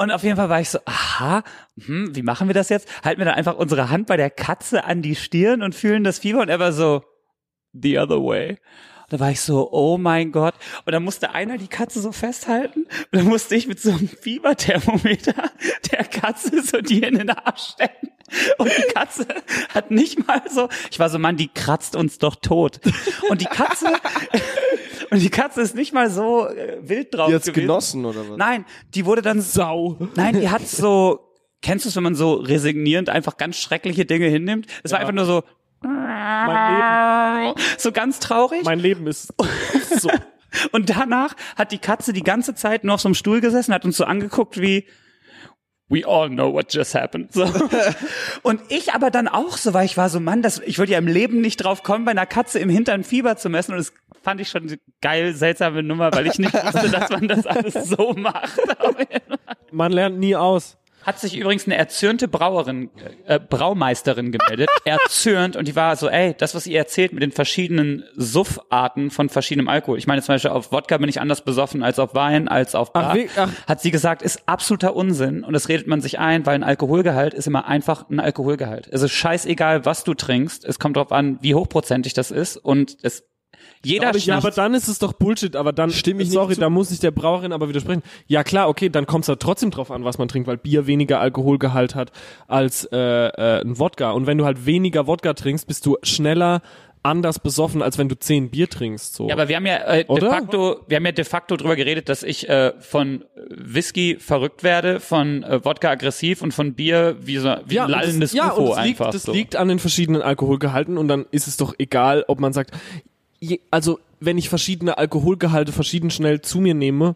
[SPEAKER 3] Und auf jeden Fall war ich so, aha, hm, wie machen wir das jetzt? Halten wir dann einfach unsere Hand bei der Katze an die Stirn und fühlen das Fieber und er war so, the other way. Und da war ich so, oh mein Gott. Und dann musste einer die Katze so festhalten und dann musste ich mit so einem Fieberthermometer [laughs] der Katze so die in den Arsch stecken. Und die Katze hat nicht mal so, ich war so, Mann, die kratzt uns doch tot. Und die Katze, [laughs] und die Katze ist nicht mal so äh, wild drauf
[SPEAKER 2] Die hat's
[SPEAKER 3] gewesen.
[SPEAKER 2] genossen, oder was?
[SPEAKER 3] Nein, die wurde dann
[SPEAKER 1] Sau.
[SPEAKER 3] Nein, die hat so, kennst du es, wenn man so resignierend einfach ganz schreckliche Dinge hinnimmt? Es war einfach nur so,
[SPEAKER 1] Mein Leben.
[SPEAKER 3] so ganz traurig.
[SPEAKER 1] Mein Leben ist so.
[SPEAKER 3] Und danach hat die Katze die ganze Zeit nur auf so einem Stuhl gesessen, hat uns so angeguckt wie, we all know what just happened.
[SPEAKER 1] [laughs]
[SPEAKER 3] So. Und ich aber dann auch so, weil ich war so, Mann, das, ich würde ja im Leben nicht drauf kommen, bei einer Katze im Hintern Fieber zu messen. Und das fand ich schon eine geil, seltsame Nummer, weil ich nicht wusste, dass man das alles so macht.
[SPEAKER 1] Man lernt nie aus.
[SPEAKER 3] Hat sich übrigens eine erzürnte Brauerin, äh,
[SPEAKER 1] [laughs]
[SPEAKER 3] Braumeisterin gemeldet, erzürnt, und die war so, ey, das, was ihr erzählt mit den verschiedenen Suffarten von verschiedenem Alkohol. Ich meine zum Beispiel, auf Wodka bin ich anders besoffen als auf Wein, als auf Bar.
[SPEAKER 1] Ach, wie- ach.
[SPEAKER 3] Hat sie gesagt, ist absoluter Unsinn, und das redet man sich ein, weil ein Alkoholgehalt ist immer einfach ein Alkoholgehalt. Es ist scheißegal, was du trinkst, es kommt drauf an, wie hochprozentig das ist, und es, jeder
[SPEAKER 1] Aber, ja, aber
[SPEAKER 3] schnappt-
[SPEAKER 1] dann ist es doch Bullshit, aber dann
[SPEAKER 2] Stimme ich nicht
[SPEAKER 1] sorry,
[SPEAKER 2] zu.
[SPEAKER 1] da muss ich der Brauerin aber widersprechen. Ja klar, okay, dann kommt es da trotzdem drauf an, was man trinkt, weil Bier weniger Alkoholgehalt hat als äh, äh, ein Wodka. Und wenn du halt weniger Wodka trinkst, bist du schneller anders besoffen, als wenn du zehn Bier trinkst. So.
[SPEAKER 3] Ja, aber wir haben ja äh, de
[SPEAKER 1] Oder?
[SPEAKER 3] facto, wir haben ja de facto drüber geredet, dass ich äh, von Whisky verrückt werde, von äh, Wodka aggressiv und von Bier wie so wie
[SPEAKER 1] ja, und
[SPEAKER 3] ein lallendes
[SPEAKER 1] das, ja,
[SPEAKER 3] UFO
[SPEAKER 1] und das
[SPEAKER 3] einfach.
[SPEAKER 1] liegt, das
[SPEAKER 3] so.
[SPEAKER 1] liegt an den verschiedenen Alkoholgehalten und dann ist es doch egal, ob man sagt, je, also wenn ich verschiedene Alkoholgehalte verschieden schnell zu mir nehme,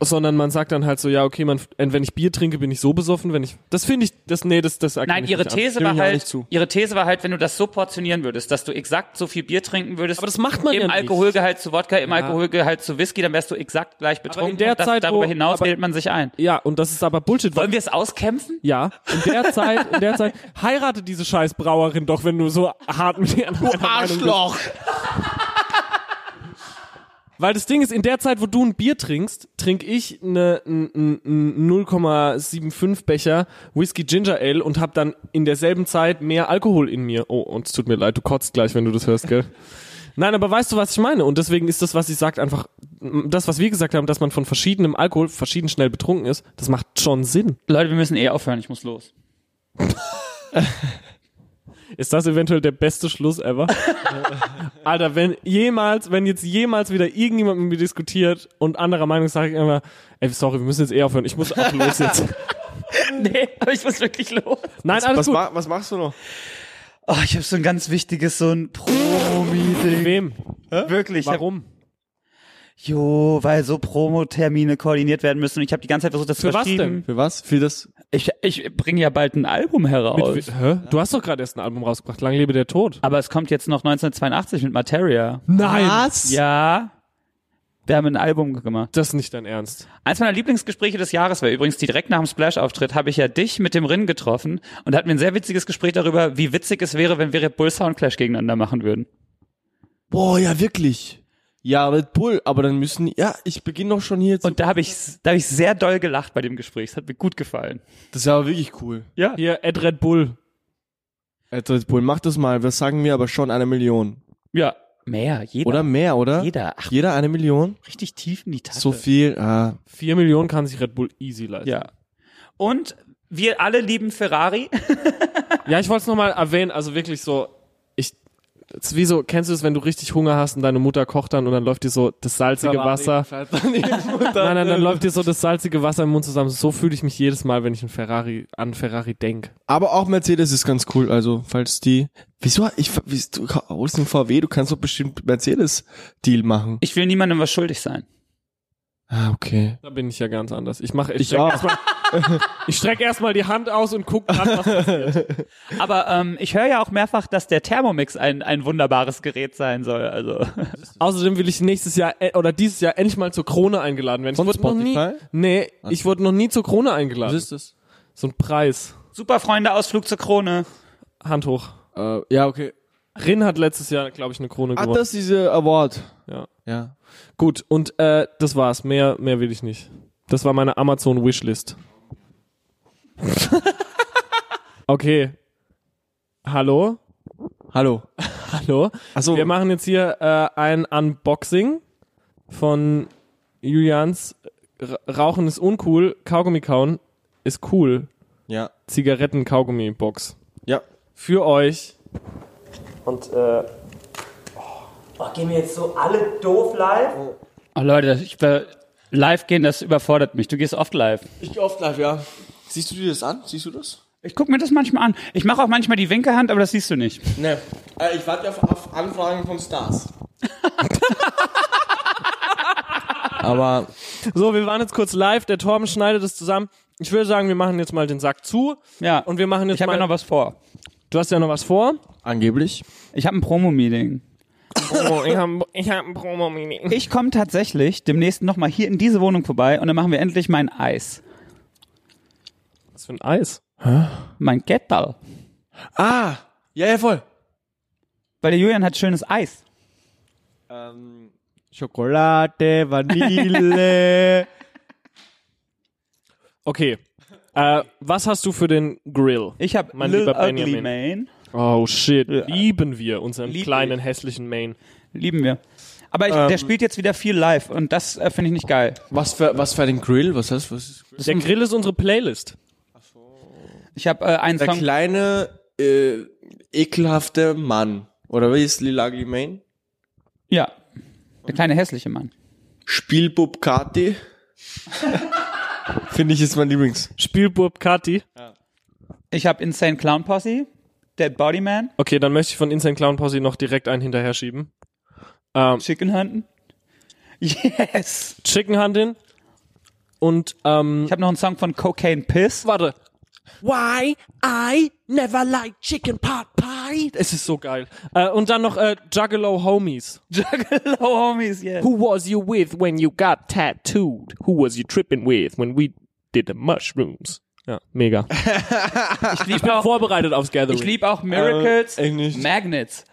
[SPEAKER 1] sondern man sagt dann halt so, ja, okay, man, ent- wenn ich Bier trinke, bin ich so besoffen, wenn ich, das finde ich, das, nee, das, das erkenne
[SPEAKER 3] Nein,
[SPEAKER 1] ich
[SPEAKER 3] ihre
[SPEAKER 1] nicht
[SPEAKER 3] These
[SPEAKER 1] an. Stimme
[SPEAKER 3] war
[SPEAKER 1] ich auch
[SPEAKER 3] halt,
[SPEAKER 1] nicht zu.
[SPEAKER 3] ihre These war halt, wenn du das so portionieren würdest, dass du exakt so viel Bier trinken würdest.
[SPEAKER 1] Aber das macht man
[SPEAKER 3] im
[SPEAKER 1] ja nicht.
[SPEAKER 3] Alkoholgehalt zu Wodka, im Alkoholgehalt zu Whisky, dann wärst du exakt gleich betrunken.
[SPEAKER 1] der
[SPEAKER 3] und das,
[SPEAKER 1] Zeit, wo-
[SPEAKER 3] darüber hinaus
[SPEAKER 1] aber-
[SPEAKER 3] bildet man sich ein.
[SPEAKER 1] Ja, und das ist aber Bullshit. weil-
[SPEAKER 3] Wollen wir es auskämpfen?
[SPEAKER 1] Ja, in der Zeit, in der Zeit, heirate diese scheiß Brauerin doch, wenn du so hart mit ihr an einer Meinung bist. Weil das Ding ist, in der Zeit, wo du ein Bier trinkst, trinke ich eine, n- n- n- 0,75 Becher Whisky Ginger Ale und habe dann in derselben Zeit mehr Alkohol in mir. Oh, und es tut mir leid, du kotzt gleich, wenn du das hörst, gell? Nein, aber weißt du, was ich meine? Und deswegen ist das, was ich sagt, einfach m, das, was wir gesagt haben, dass man von verschiedenem Alkohol verschieden schnell betrunken ist, das macht schon Sinn.
[SPEAKER 3] Leute, wir müssen eh aufhören, ich muss los.
[SPEAKER 1] Ist das eventuell der beste Schluss
[SPEAKER 3] [laughs]
[SPEAKER 1] ever? Alter, wenn jemals, wenn jetzt jemals wieder irgendjemand mit mir diskutiert und anderer Meinung ist, sage ich immer, ey, sorry, wir müssen jetzt eh aufhören, ich muss auch los
[SPEAKER 3] [laughs]
[SPEAKER 1] jetzt. [laughs]
[SPEAKER 3] Nee, aber ich muss wirklich los.
[SPEAKER 1] Nein, alles
[SPEAKER 2] Was,
[SPEAKER 1] gut.
[SPEAKER 2] ma was machst du noch?
[SPEAKER 3] Oh, ich habe so ein ganz wichtiges, so ein Promo-Meeting.
[SPEAKER 1] Wem?
[SPEAKER 3] Wirklich. ich hab-
[SPEAKER 1] Warum?
[SPEAKER 3] Jo, weil so Promotermine koordiniert werden müssen und ich habe die ganze Zeit versucht, das
[SPEAKER 1] Für
[SPEAKER 3] zu
[SPEAKER 1] was
[SPEAKER 3] verschieben.
[SPEAKER 2] Für was? Für das?
[SPEAKER 3] Ich, ich bringe ja bald ein Album heraus.
[SPEAKER 1] Mit, hä? Du hast doch gerade erst ein Album rausgebracht, Lang lebe der Tod.
[SPEAKER 3] aber es kommt jetzt noch 1982 mit Materia.
[SPEAKER 1] Nein!
[SPEAKER 3] Ja. Wir haben ein Album gemacht.
[SPEAKER 1] Das ist nicht dein Ernst.
[SPEAKER 3] Eins meiner Lieblingsgespräche des Jahres war übrigens die direkt nach dem Splash-Auftritt, habe ich ja dich mit dem Rin getroffen und da hatten wir ein sehr witziges Gespräch darüber, wie witzig es wäre, wenn wir Red Bull Soundclash gegeneinander machen würden.
[SPEAKER 2] Boah, ja, wirklich. Ja, Red Bull, aber dann müssen, ja, ich beginne doch schon hier zu.
[SPEAKER 3] Und da habe ich, da habe ich sehr doll gelacht bei dem Gespräch. Es hat mir gut gefallen.
[SPEAKER 2] das ist aber wirklich cool.
[SPEAKER 3] Ja.
[SPEAKER 1] Hier, Ed Red Bull.
[SPEAKER 2] Ed Red Bull, mach das mal. Was sagen wir aber schon eine Million?
[SPEAKER 3] Ja. Mehr, jeder.
[SPEAKER 2] Oder mehr, oder?
[SPEAKER 3] Jeder. Ach,
[SPEAKER 2] Jeder eine Million?
[SPEAKER 3] richtig tief in die Tasche.
[SPEAKER 2] So viel, ah.
[SPEAKER 1] Vier Millionen kann sich Red Bull easy leisten.
[SPEAKER 3] Ja. Und wir alle lieben [laughs] Ferrari.
[SPEAKER 1] Ja, ich wollte es nochmal erwähnen, also wirklich so, ich, es ist wie so, kennst du es, wenn du richtig Hunger hast und deine Mutter kocht dann und dann läuft dir so das salzige Wasser, nein, nein, dann
[SPEAKER 2] Äh.
[SPEAKER 1] läuft dir so das salzige Wasser im Mund zusammen. So fühle ich mich jedes Mal, wenn ich einen Ferrari, an einen Ferrari denk.
[SPEAKER 2] Aber auch Mercedes ist ganz cool, also, falls die. Wieso? Ich, wieso, du holst einen VW, du kannst doch bestimmt Mercedes-Deal machen.
[SPEAKER 3] Ich will niemandem was schuldig sein.
[SPEAKER 2] Ah, okay.
[SPEAKER 1] Da bin ich ja ganz anders. Ich mache,
[SPEAKER 2] Ich
[SPEAKER 1] ich, streck
[SPEAKER 2] auch. [laughs]
[SPEAKER 1] erstmal- ich strecke erstmal die Hand aus und gucke dann, was
[SPEAKER 3] Aber ähm, ich höre ja auch mehrfach, dass der Thermomix ein, ein wunderbares Gerät sein soll. Also [laughs]
[SPEAKER 1] Außerdem will ich nächstes Jahr äh, oder dieses Jahr endlich mal zur Krone eingeladen werden. Ich
[SPEAKER 2] Von
[SPEAKER 1] wurde noch nie,
[SPEAKER 2] Spotify?
[SPEAKER 1] nee, ich wurde noch nie zur Krone eingeladen.
[SPEAKER 2] das?
[SPEAKER 1] so ein Preis.
[SPEAKER 3] super Freunde Ausflug zur Krone.
[SPEAKER 1] Hand hoch.
[SPEAKER 2] Äh, ja, okay.
[SPEAKER 1] Rin hat letztes Jahr, glaube ich, eine Krone
[SPEAKER 2] Ah,
[SPEAKER 1] gewonnen.
[SPEAKER 2] das ist dieser Award.
[SPEAKER 1] Ja.
[SPEAKER 2] Ja.
[SPEAKER 1] Gut, und äh, das war's. Mehr, mehr will ich nicht. Das war meine
[SPEAKER 3] [laughs]
[SPEAKER 1] Amazon-Wishlist. okay. Hallo?
[SPEAKER 2] Hallo.
[SPEAKER 1] Hallo?
[SPEAKER 2] Achso,
[SPEAKER 1] Wir machen jetzt hier äh, ein Unboxing von Julians R Rauchen ist uncool, Kaugummi kauen ist cool.
[SPEAKER 2] ja.
[SPEAKER 1] Zigaretten-Kaugummi-Box.
[SPEAKER 2] Ja.
[SPEAKER 1] Für euch.
[SPEAKER 4] Und äh, oh, gehen wir jetzt so alle doof live?
[SPEAKER 3] Oh Leute, ich war live gehen, das überfordert mich. Du gehst oft live.
[SPEAKER 2] Ich gehe oft live, ja. Siehst du dir das an? Siehst du das?
[SPEAKER 3] Ich guck mir das manchmal an. Ich mache auch manchmal die winke Hand, aber das siehst du nicht.
[SPEAKER 2] Ne. ich warte auf, Anfragen von Stars. [laughs] Aber
[SPEAKER 1] So, wir waren jetzt kurz live. Der Torben schneidet es zusammen. Ich würde sagen, wir machen jetzt mal den Sack zu.
[SPEAKER 3] [laughs] Ja.
[SPEAKER 1] Und wir machen jetzt
[SPEAKER 3] ich habe
[SPEAKER 1] mal.
[SPEAKER 3] ja noch was vor.
[SPEAKER 1] du hast ja noch was vor.
[SPEAKER 2] angeblich.
[SPEAKER 3] Ich habe ein Promo-Meeting.
[SPEAKER 1] Oh, ich habe ich hab ein Promo-Meeting.
[SPEAKER 3] Ich komme tatsächlich demnächst nochmal hier in diese Wohnung vorbei und dann machen wir endlich mein Eis.
[SPEAKER 1] Was für ein Eis?
[SPEAKER 3] Mein Gettball.
[SPEAKER 2] Ah, ja, ja, voll.
[SPEAKER 3] Weil der Julian hat schönes Eis.
[SPEAKER 2] Schokolade, Vanille.
[SPEAKER 1] Okay. Äh, was hast du für den Grill?
[SPEAKER 3] Ich habe
[SPEAKER 1] Mein
[SPEAKER 3] Lil
[SPEAKER 1] lieber
[SPEAKER 3] Ugly
[SPEAKER 1] Benjamin.
[SPEAKER 3] Main.
[SPEAKER 1] Oh shit. Lieben wir unseren
[SPEAKER 3] Lieb
[SPEAKER 1] kleinen hässlichen Main.
[SPEAKER 3] Lieben wir. Aber ich,
[SPEAKER 1] Ähm.
[SPEAKER 3] der spielt jetzt wieder viel live und das äh, finde ich nicht geil.
[SPEAKER 2] was für was für den Grill? Was heißt was? Ist Grill?
[SPEAKER 1] Der Grill ist unsere Playlist.
[SPEAKER 3] Ich habe äh, einen
[SPEAKER 2] Der
[SPEAKER 3] Song.
[SPEAKER 2] kleine äh, ekelhafte Mann oder wie ist Lilagli Main?
[SPEAKER 3] Ja. Der kleine hässliche Mann.
[SPEAKER 2] Spielbub [laughs] Kati. Finde ich ist mein Lieblings.
[SPEAKER 1] Spielbub Kati.
[SPEAKER 3] Ich habe Insane Clown Posse, Dead Body Man,
[SPEAKER 1] Okay, dann möchte ich von Insane Clown Posse noch direkt einen hinterher schieben. Ähm,
[SPEAKER 3] Chicken Hunten. Yes!
[SPEAKER 1] Chicken Hunting und ähm,
[SPEAKER 3] Ich habe noch einen Song von Cocaine Piss. [laughs]
[SPEAKER 1] warte. Why I never like chicken pot pie. Es ist so geil. Äh, und dann noch äh, Juggalo Homies.
[SPEAKER 3] Juggalo Homies, yes.
[SPEAKER 1] Who was you with when you got tattooed? Who was you tripping with when we did the mushrooms? Ja, mega.
[SPEAKER 3] Ich liebe auch,
[SPEAKER 1] Vorbereitet aufs Gathering.
[SPEAKER 3] ich lieb auch Miracles,
[SPEAKER 2] Äh, echt nicht.
[SPEAKER 3] Magnets.